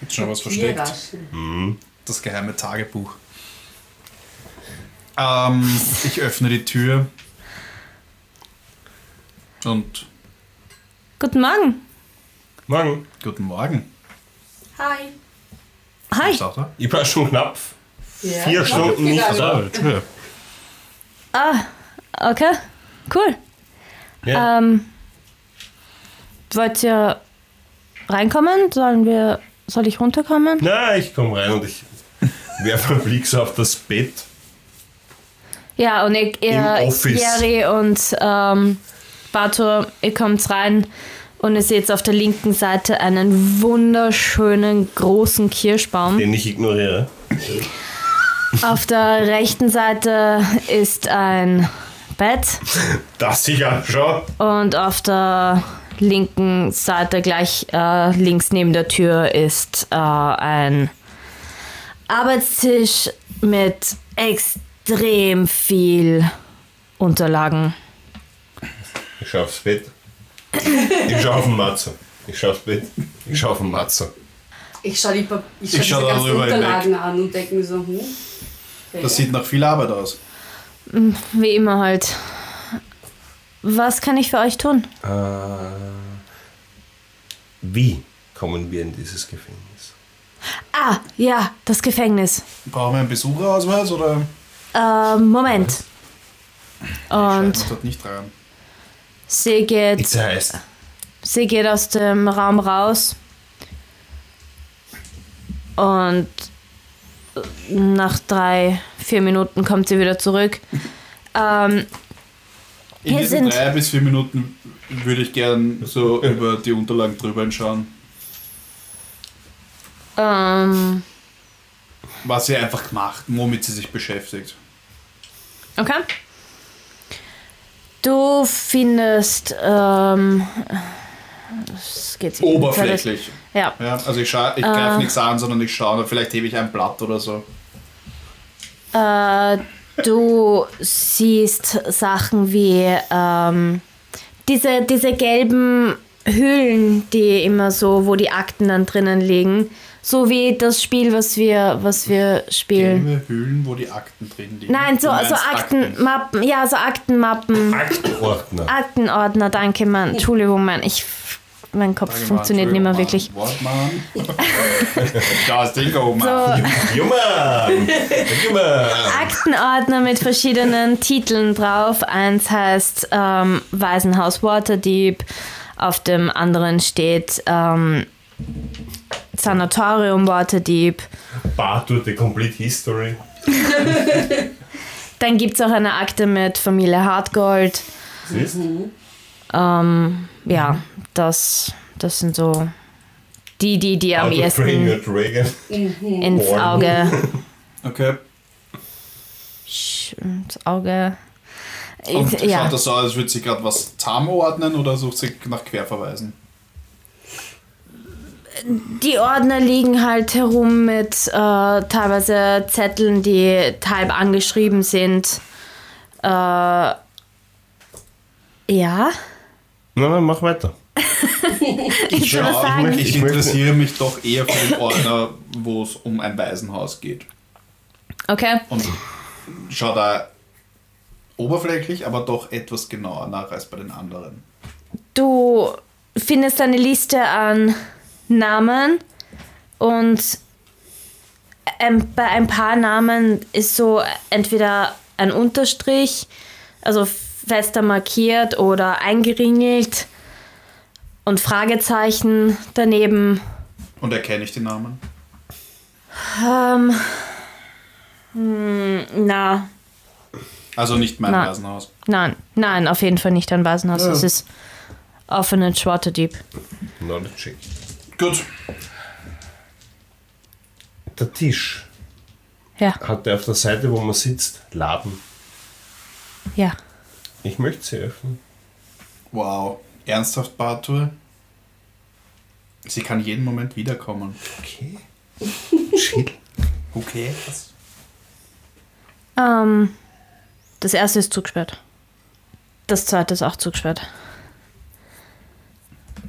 S3: Jetzt schon was
S4: Bier
S3: versteckt. Mhm.
S4: raschen.
S3: Das geheime Tagebuch. Ähm, ich öffne die Tür. Und
S1: Guten Morgen!
S2: Morgen.
S3: guten Morgen.
S4: Hi.
S1: Hi!
S3: Ist auch da?
S2: Ich war schon knapp.
S4: Ja,
S2: Vier
S4: noch
S2: Stunden nicht
S4: gegangen.
S2: da.
S3: Tür.
S1: Okay, cool.
S2: Ja.
S1: Ähm, wollt ihr reinkommen? Sollen wir. Soll ich runterkommen?
S2: Na, ich komme rein und ich werfe einen Blick so auf das Bett.
S1: Ja, und ich, ihr,
S2: Im Office.
S1: Jerry und ähm, Bato, ihr kommt rein und ihr seht auf der linken Seite einen wunderschönen großen Kirschbaum.
S2: den ich ignoriere.
S1: Auf der rechten Seite ist ein Bett
S2: Das ich anschaue.
S1: und auf der linken Seite gleich äh, links neben der Tür ist äh, ein Arbeitstisch mit extrem viel Unterlagen.
S2: Ich schaue aufs Bett. Ich schaue auf den Matzo. Ich schaue aufs Bett. Ich schaue auf den Matzo.
S4: Ich schaue die, Pap- ich schau
S3: Ich schau
S4: diese ganzen
S3: darüber
S4: Unterlagen an und denke mir so, hm. okay.
S3: Das sieht nach viel Arbeit aus.
S1: Wie immer halt. Was kann ich für euch tun?
S2: Äh. Wie kommen wir in dieses Gefängnis?
S1: Ah, ja, das Gefängnis.
S3: Brauchen wir einen Besucherausweis oder?
S1: Ähm, Moment.
S3: Schreiben wir
S1: Und
S3: dort nicht rein.
S1: sie geht
S2: Das heißt,
S1: Sie geht aus dem Raum raus und nach drei, vier Minuten kommt sie wieder zurück. Ähm,
S3: In
S5: Hier
S3: diesen
S5: sind-
S3: drei bis vier Minuten würde ich gern so über die Unterlagen drüber schauen,
S1: ähm,
S3: was sie einfach macht, womit sie sich beschäftigt.
S1: okay. Du findest, ähm, es geht sich-
S3: Oberflächlich.
S1: Ja,
S3: Ja, also ich, scha- ich greife nichts an, sondern ich schaue, vielleicht hebe ich ein Blatt oder so.
S1: Äh, du siehst Sachen wie ähm, diese, diese gelben Hüllen, die immer so, wo die Akten dann drinnen liegen. So wie das Spiel, was wir, was wir spielen.
S3: Gelbe Hüllen, wo die Akten drin liegen.
S1: Nein, so, also
S3: Du
S1: so
S3: meinst
S1: Aktenmappen. Ja, so Aktenmappen.
S2: Aktenordner.
S1: Aktenordner, danke, Mann. Entschuldigung, Mann. Ich, mein Kopf
S3: Sag ich mal,
S1: funktioniert nicht mehr wirklich.
S3: Entschuldigung, Mann. Wort, Mann. da ist Ding oben.
S1: So,
S2: Jumann! Jumann!
S1: Aktenordner mit verschiedenen Titeln drauf. Eins heißt ähm, Waisenhaus Waterdeep, auf dem anderen steht ähm, Sanatorium Waterdeep.
S2: Bartur, the complete history.
S1: Dann gibt es auch eine Akte mit Familie Hartgold.
S2: Siehst?
S1: Ähm, ja, das, das sind so die, die dir am
S2: How to train
S1: ehesten
S2: your dragon.
S1: ins
S2: Born.
S1: Auge,
S3: Okay.
S1: sch- ins Auge.
S3: Und
S1: Ich- ja.
S3: schaut das so aus, als würde sie gerade was zusammenordnen oder sucht sie nach Querverweisen?
S1: Die Ordner liegen halt herum mit äh, teilweise Zetteln, die halb angeschrieben sind. Äh, ja,
S2: Na, dann mach weiter.
S1: ich würde
S3: Ja,
S1: sagen,
S3: ich, ich
S2: Ich möchte-
S3: interessiere mich doch eher für den Ordner, wo es um ein Waisenhaus geht.
S1: okay.
S3: Und schau da oberflächlich, aber doch etwas genauer nach als bei den anderen.
S1: Du findest eine Liste an Namen und ein, bei ein paar Namen ist so entweder ein Unterstrich, also fester markiert oder eingeringelt und Fragezeichen daneben.
S3: Und erkenne ich die Namen?
S1: Ähm, hm, na,
S3: Also nicht mein
S1: Nein.
S3: Waisenhaus.
S1: nein, nein, auf jeden Fall nicht ein Waisenhaus.
S3: Ja.
S1: Es ist offene Schwartedieb.
S2: Knowledge check.
S3: Gut.
S2: Der Tisch
S1: Ja,
S2: hat der auf der Seite, wo man sitzt, Laden.
S1: ja.
S2: Ich möchte sie öffnen.
S3: Wow. Ernsthaft, Bartur? Sie kann jeden Moment wiederkommen.
S2: Okay. Chill.
S3: Okay.
S1: Ähm, das erste ist zugesperrt. Das zweite ist auch zugesperrt.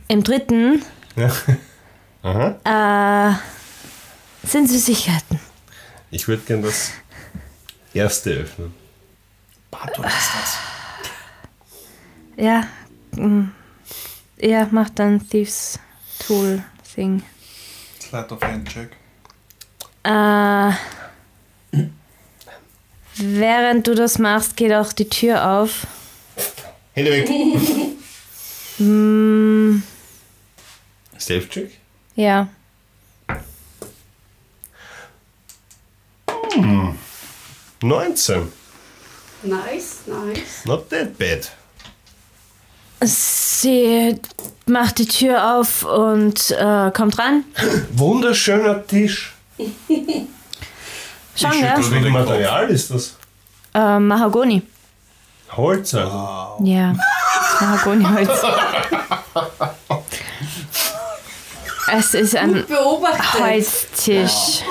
S1: Im dritten
S2: Ja. Aha.
S1: äh, sind Süßigkeiten.
S2: Ich würde gern das erste öffnen.
S3: Bartur ist das.
S1: Ja. mm. Ja, macht dann Thieves Tool Thing.
S3: Slide of Hand Check.
S1: Äh, während du das machst, geht auch die Tür auf.
S2: Hände weg.
S1: Mm,
S2: Stealth check.
S1: ja.
S2: Hm. 19.
S4: Nice, nice.
S2: Not that bad.
S1: Sie macht die Tür auf und äh, kommt ran.
S2: Wunderschöner Tisch.
S1: Schon,
S3: schüttel
S1: gell?
S3: den
S2: Welches
S3: Kopf.
S2: Material ist das?
S1: Äh, Mahagoni.
S2: Holz also.
S1: Ja, Mahagoniholz. es ist ein
S4: Gut beobachtet.
S1: Holztisch.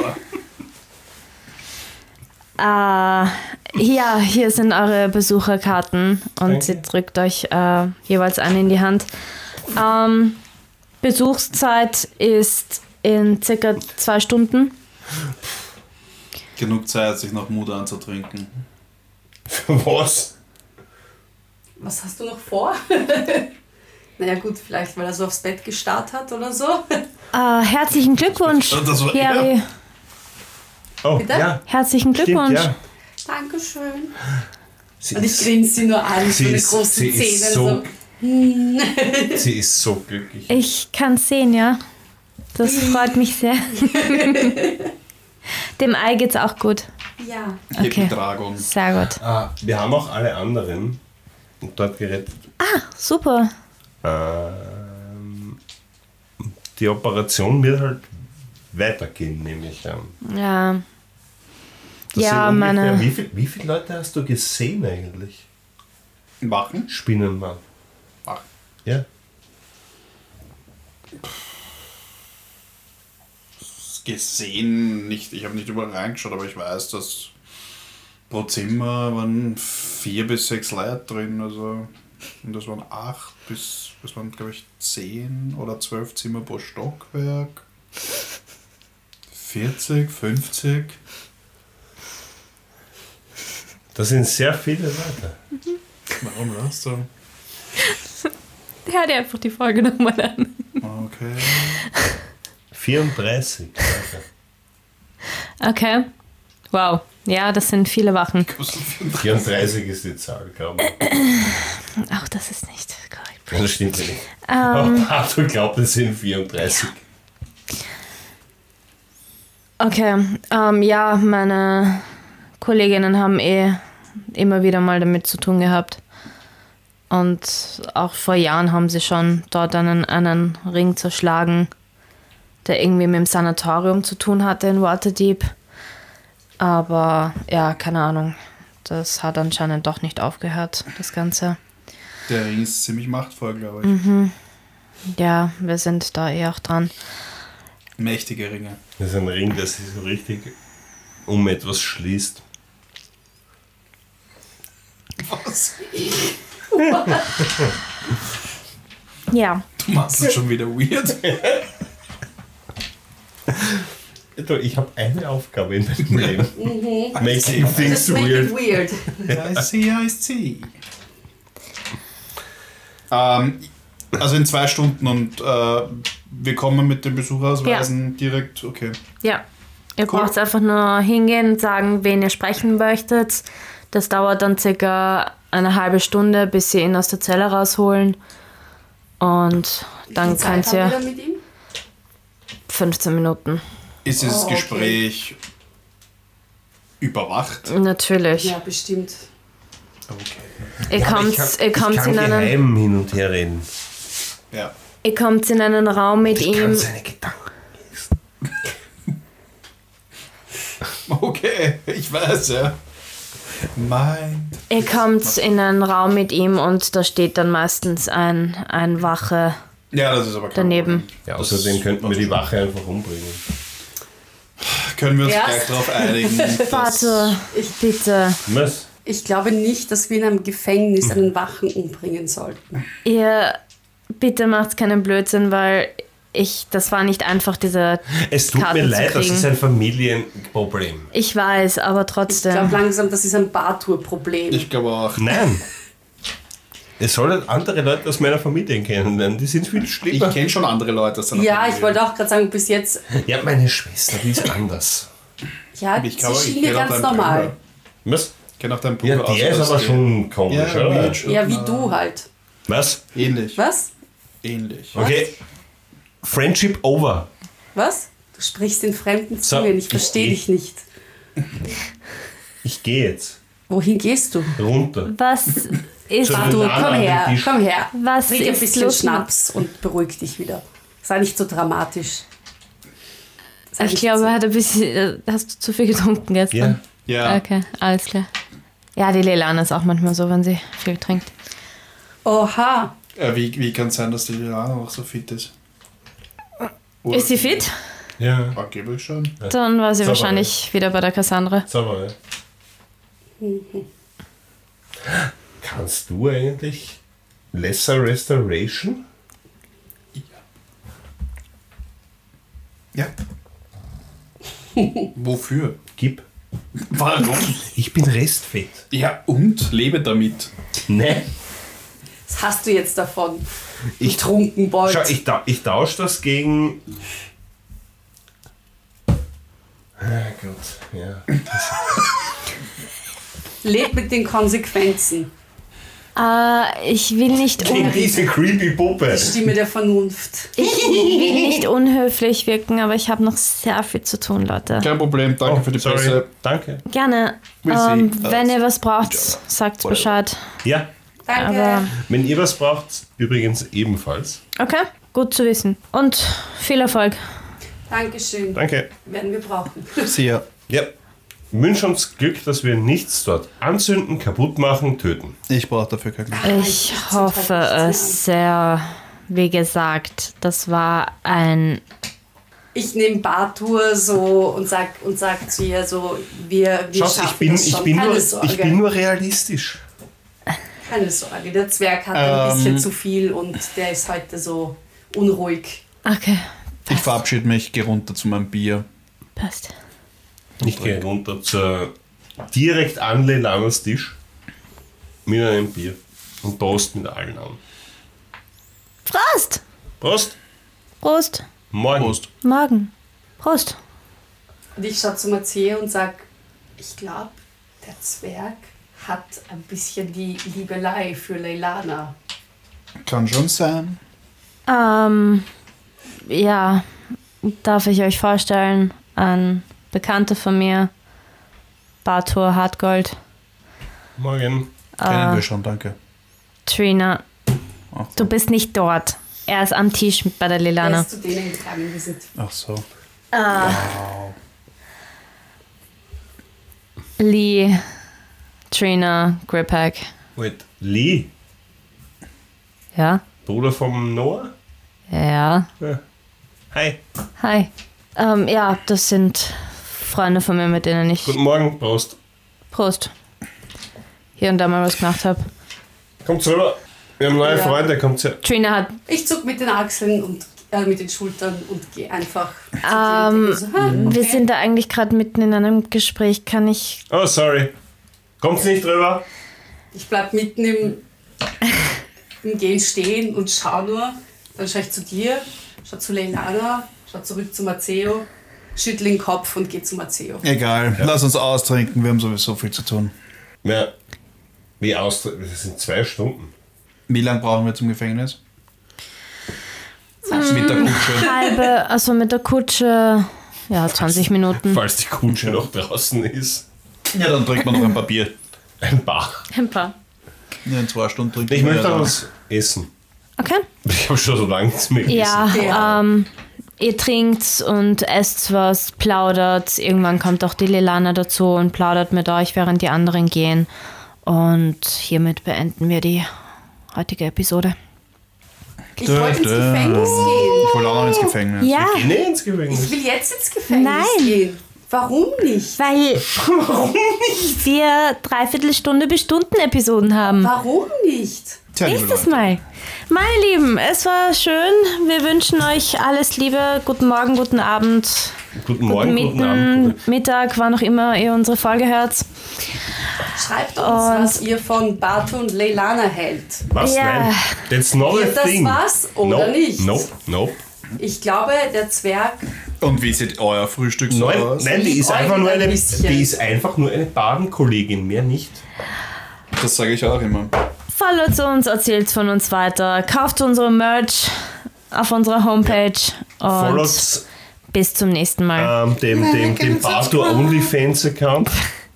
S1: Ah, ja, hier sind eure Besucherkarten und
S2: Danke.
S1: sie drückt euch äh, jeweils eine in die Hand. Ähm, Besuchszeit ist in circa zwei Stunden.
S3: Genug Zeit, sich noch Mut anzutrinken.
S2: Was?
S4: Was hast du noch vor? naja, gut, vielleicht, weil er so aufs Bett gestarrt hat oder so.
S1: Äh, herzlichen Glückwunsch,
S3: Das war- ja.
S1: Harry.
S2: Oh,
S4: Bitte?
S2: ja.
S1: Herzlichen
S2: Stimmt,
S1: Glückwunsch.
S2: ja.
S4: Dankeschön.
S2: Sie
S4: Und ich
S2: ist,
S4: grinse sie nur an, so
S2: sie
S4: eine
S2: ist,
S4: große also,
S2: sie
S4: Zähne.
S2: ist
S4: So.
S2: so.
S4: also.
S2: sie ist so glücklich.
S1: Ich kann sehen, ja. Das freut mich sehr. Dem Ei geht's auch gut.
S4: Ja.
S1: Okay.
S3: Hippendragon.
S1: Sehr gut.
S2: Ah, wir haben auch alle anderen dort gerettet.
S1: Super.
S2: Ähm, die Operation wird halt weitergehen, nehme ich an.
S1: Ja.
S2: Das
S1: Ja,
S2: sind ungefähr-
S1: meine-
S2: Wie, viel, wie viele Leute hast du gesehen eigentlich?
S3: Wachen?
S2: Spinnenmann.
S3: Wachen.
S2: Ja.
S3: Gesehen nicht. Ich habe nicht überall reingeschaut, aber ich weiß, dass pro Zimmer waren vier bis sechs Leute drin. Also, und das waren acht bis, das waren glaube ich zehn oder zwölf Zimmer pro Stockwerk. 40, 50.
S2: Das sind sehr viele Leute.
S3: Warum lachst du?
S1: Hör dir einfach die Folge nochmal an.
S3: Okay.
S2: 34 Leute.
S1: Okay. Wow. Ja, das sind viele Wachen.
S2: 34 ist die Zahl, glaube ich.
S1: Auch das ist nicht korrekt.
S2: Das stimmt nicht.
S1: Ähm.
S2: Aber Arthur glaubt, es sind 34.
S1: Okay. Ähm, ja, meine Kolleginnen haben eh immer wieder mal damit zu tun gehabt. Und auch vor Jahren haben sie schon dort einen, einen Ring zerschlagen, der irgendwie mit dem Sanatorium zu tun hatte in Waterdeep. Aber ja, keine Ahnung. Das hat anscheinend doch nicht aufgehört, das Ganze.
S3: Der Ring ist ziemlich machtvoll, glaube ich.
S1: Ja, wir sind da eh auch dran.
S3: Mächtige Ringe.
S2: Das ist ein Ring, der sich so richtig um etwas schließt.
S3: Was?
S1: Ja.
S3: Du machst das schon wieder weird.
S2: Du, ich habe eine Aufgabe in meinem Leben. Making
S4: Just
S2: things
S4: make
S2: weird.
S4: it weird.
S3: I see, I see. Ähm, also in zwei Stunden und äh, wir kommen mit den Besucherausweisen direkt. Okay.
S1: Ja. Ihr
S3: Cool.
S1: braucht einfach nur hingehen und sagen, wen ihr sprechen möchtet. Das dauert dann circa eine halbe Stunde, bis sie ihn aus der Zelle rausholen. Und dann
S4: Zeit
S1: könnt
S4: haben wir
S1: ihr
S4: dann mit ihm?
S1: 15 Minuten.
S3: Ist dieses
S4: Oh, okay.
S3: Gespräch überwacht?
S1: Natürlich.
S4: Ja, bestimmt.
S3: Okay.
S1: Ihr kommt, ihr
S2: ich
S1: kommt
S2: kann
S1: äh, in einen,
S2: geheim hin und her reden.
S3: Ja.
S1: ihr kommt in einen Raum mit ihm.
S2: seine Gedanken.
S3: Okay, ich weiß, ja. Mein.
S1: Ihr kommt in einen Raum mit ihm und da steht dann meistens ein, ein Wache.
S3: Ja, das ist aber kein
S1: Daneben.
S3: Problem.
S2: Ja,
S3: Das
S2: außerdem könnten wir die Wache einfach umbringen.
S3: Können wir uns
S4: Erst-
S3: gleich darauf einigen. dass-
S1: Warte, bitte.
S2: Was?
S4: Ich glaube nicht, dass wir in einem
S2: Hm.
S4: Gefängnis einen Wachen umbringen sollten.
S1: Ihr bitte macht keinen Blödsinn, weil ich, das war nicht einfach, diese
S2: Es tut
S1: Karten
S2: mir
S1: zu
S2: leid, das
S1: kriegen.
S2: ist ein Familienproblem.
S1: Ich weiß, aber
S4: Ich glaube
S1: trotzdem.
S4: langsam, das ist ein Bartour-Problem.
S3: Ich glaube auch.
S2: Nein. Es sollen andere Leute aus meiner Familie kennenlernen, die sind viel
S3: Ich
S2: schlimmer.
S3: kenne schon andere Leute. aus einer
S4: Ja, ich
S3: Familie.
S4: wollte auch gerade sagen, bis jetzt,
S2: ja, meine Schwester, die ist anders.
S4: ja,
S3: Ich
S4: sie
S3: glaube, ich
S4: schien mir
S3: kenne auch
S4: ganz
S3: deinen
S4: normal.
S3: Bruder.
S2: Was?
S3: Ich kenne auch deinen Bruder
S2: Ja, der
S3: aus-
S2: ist
S3: aus
S2: aber
S3: dem-
S2: schon komisch,
S3: Ja,
S2: oder?
S3: weird.
S4: Ja, wie du halt.
S2: Was?
S3: Ähnlich.
S4: Was?
S3: Ähnlich.
S2: Okay. Friendship over.
S4: Was? Du sprichst in fremden
S2: So,
S4: Zungen, ich
S2: ich-
S4: verstehe
S2: ich-
S4: dich nicht.
S2: Ich gehe jetzt
S4: Wohin gehst du?
S2: runter.
S1: Was ist,
S2: Entschuldigung.
S4: Arthur,
S2: Banane
S4: komm
S2: an den
S4: her,
S2: Tisch.
S4: komm her.
S1: Was
S4: Trink ein
S1: ist
S4: bisschen
S1: los mit-
S4: Schnaps und beruhig dich wieder. Sei nicht so dramatisch.
S1: Ich glaube, er hat ein bisschen. äh, Hast du zu viel getrunken gestern?
S3: Ja.
S1: Okay, alles klar. Ja, die Leilana ist auch manchmal so, wenn sie viel trinkt.
S4: Oha.
S3: Äh, wie wie kann es sein, dass die Lilana noch so fit ist? Oder-
S1: Ist sie fit?
S2: Ja.
S3: Angeblich schon.
S1: Dann war sie
S2: Sauber,
S1: wahrscheinlich wieder bei der Cassandra.
S2: Sauber, ja. Kannst du eigentlich Lesser Restoration?
S3: Ja. Wofür?
S2: Gib.
S3: Warum?
S2: Ich bin restfit.
S3: Ja, und lebe damit.
S2: Ne?
S4: Was hast du jetzt davon?
S2: Ich-
S4: Ich trunken
S2: Schau,
S4: wollt.
S2: ich, tau- ich tausche das gegen. Ah, Gott, ja.
S4: Leb mit den Konsequenzen.
S1: Äh, ich will nicht,
S2: Gegen
S1: un
S2: diese creepy Puppe.
S4: Stimme der Vernunft.
S1: will nicht unhöflich wirken, aber ich habe noch sehr viel zu tun, Leute.
S3: Kein Problem, danke für die
S2: sorry.
S3: Presse.
S2: Danke.
S1: Gerne.
S3: We
S1: Ähm,
S3: see.
S1: wenn
S3: Äh,
S1: ihr was braucht, sagt
S3: whatever.
S1: Bescheid.
S2: Ja,
S4: Danke.
S1: Aber-
S2: wenn ihr was braucht, übrigens ebenfalls.
S1: Okay, gut zu wissen. Und viel Erfolg.
S4: Dankeschön.
S2: Danke.
S4: Werden wir brauchen.
S3: Sie ja.
S2: Ja. Wünsch uns Glück, dass wir nichts dort anzünden, kaputt machen, töten.
S3: Ich brauche dafür kein Geld.
S1: Ich hoffe es sehr. Wie gesagt, das war ein.
S4: Ich nehme Bartur so und sag, und sag zu ihr so, wir, wir
S2: Schaut,
S4: schaffen
S2: ich bin,
S4: das
S2: ich,
S4: schon.
S2: bin
S4: Keine
S2: nur,
S4: Sorge.
S2: ich bin nur realistisch.
S4: Keine Sorge, der Zwerg hat ein
S3: Ähm.
S4: bisschen zu viel und der ist heute so unruhig.
S1: Okay,
S3: Ich verabschiede mich, gehe runter zu meinem Bier.
S1: passt.
S2: Ich gehe runter zur, direkt an Lelanas Tisch mit einem Bier und Toast mit allen an.
S1: Prost!
S2: Prost!
S1: Prost!
S2: Morgen.
S3: Prost.
S1: Morgen. Prost!
S4: Und ich schaue zu Mathieu und sag, ich glaube, der Zwerg hat ein bisschen die Liebelei für Leilana.
S3: Kann schon sein.
S1: Ähm, ja, darf ich euch vorstellen, ein Bekannter von mir, Bartur Hartgold,
S2: Morgen.
S3: Kennen
S1: Ah.
S3: wir schon, danke.
S1: Trina.
S3: Ach
S1: Du bist nicht dort. Er ist am Tisch bei der
S4: Er
S1: Lilana.
S4: ist zu denen gegangen, wir sind.
S3: Ach so.
S1: Lee, Trina, Grippack.
S3: Halt.
S2: Wait, Lee,
S1: Ja?
S2: Bruder vom Noah?
S1: Ja.
S2: Ja. Hi.
S1: Hi. Ähm, ja, das sind Freunde von mir, mit denen ich
S2: Guten Morgen, Prost.
S1: Prost. Hier und da mal was gemacht habe.
S2: Kommt rüber. Wir haben neue
S4: Ja.
S2: Freunde, kommt her.
S1: Trina hat.
S4: Ich zuck mit den Achseln und äh, mit den Schultern und gehe einfach. zu denen
S1: Ähm,
S4: und denk so, "Ha,
S1: Wir sind da eigentlich gerade mitten in einem Gespräch. Kann ich.
S2: Oh, sorry. Kommt nicht rüber.
S4: Ich bleib mitten im, im Gehen stehen und schau nur. Dann schaue ich zu dir, schau zu Leilana, schau zurück zu Maceo, schüttle den Kopf und gehe zu Maceo.
S3: Egal, lass uns austrinken, wir haben sowieso viel zu tun.
S2: Ja. Wie aus? Das sind zwei Stunden.
S3: Wie lange brauchen wir zum Gefängnis?
S1: Mm.
S3: Mit der Kutsche.
S1: Halbe, also mit der Kutsche. Ja, 20 Minuten.
S2: Falls die Kutsche noch draußen ist.
S3: Ja, dann trinkt man noch ein paar Bier.
S2: Ein paar.
S1: Ein paar.
S3: Ja, in zwei Stunden trinken
S2: Ich
S3: wir
S2: möchte
S3: ja
S2: auch
S3: dann.
S2: was essen.
S1: Okay.
S2: Ich habe schon so lange nichts mehr gegessen.
S1: Ja,
S4: Ja.
S1: ähm. Ihr trinkt's und esst was, plaudert. Irgendwann kommt auch die Lilana dazu und plaudert mit euch, während die anderen gehen. Und hiermit beenden wir die heutige Episode.
S4: Ich wollte ins
S3: Dö, dö.
S4: Gefängnis gehen.
S3: Ich will auch noch ins Gefängnis.
S5: Ja,
S2: Geh nicht ins
S4: Ich
S2: Gefängnis.
S4: will jetzt ins Gefängnis
S5: Nein.
S4: gehen. Warum nicht?
S5: weil wir
S1: Dreiviertelstunde bis Stunden-Episoden haben.
S4: Warum nicht?
S3: Tja, liebe
S1: Nächstes
S3: Leute.
S1: Mal. Meine Lieben, es war schön. Wir wünschen euch alles Liebe. Guten Morgen, guten Abend,
S2: Guten Morgen,
S1: mitten,
S2: guten Abend. Guten
S1: Mittag, wann auch immer ihr unsere Folge hört.
S4: Schreibt uns, was ihr von Bartu und Leilana hält.
S2: was?
S1: Ja.
S2: Nein. That's not
S4: Wird
S2: a
S4: das
S2: thing.
S4: was oder
S2: nope.
S4: nicht?
S2: Nope, nope.
S4: Ich glaube, der Zwerg
S3: Und wie sieht euer Frühstück so
S2: Nein,
S3: aus?
S2: nein die, ist
S4: Ich
S2: einfach
S4: äugle
S2: nur
S4: ein
S2: eine,
S4: bisschen.
S2: die ist einfach nur eine Badenkollegin, mehr nicht.
S3: Das sage ich auch immer.
S1: Followt uns, erzählt von uns weiter, kauft unsere Merch auf unserer Homepage und
S2: Follows
S1: bis zum nächsten Mal.
S2: ähm, dem, dem, dem Bartur OnlyFans-Account.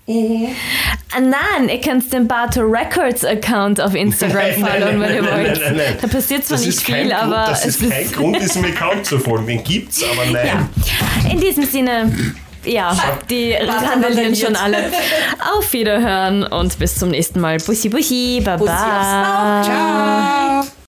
S1: Ah, nein, ihr könnt den Barto Records Account auf Instagram
S2: Nein, nein,
S1: folgen,
S2: nein,
S1: wenn ihr
S2: nein,
S1: wollt.
S2: nein, nein, nein.
S1: Da passiert zwar nicht viel,
S2: kein Grund,
S1: aber
S2: das
S1: es
S2: ist kein Grund, diesem Account zu folgen. Den gibt's, aber nein.
S1: Ja. In diesem Sinne, ja, die handeln
S4: randaliert.
S1: schon alle. Auf Wiederhören und bis zum nächsten Mal. Bussi, bussi, baba.
S4: Bussi aufs Auge. Ciao.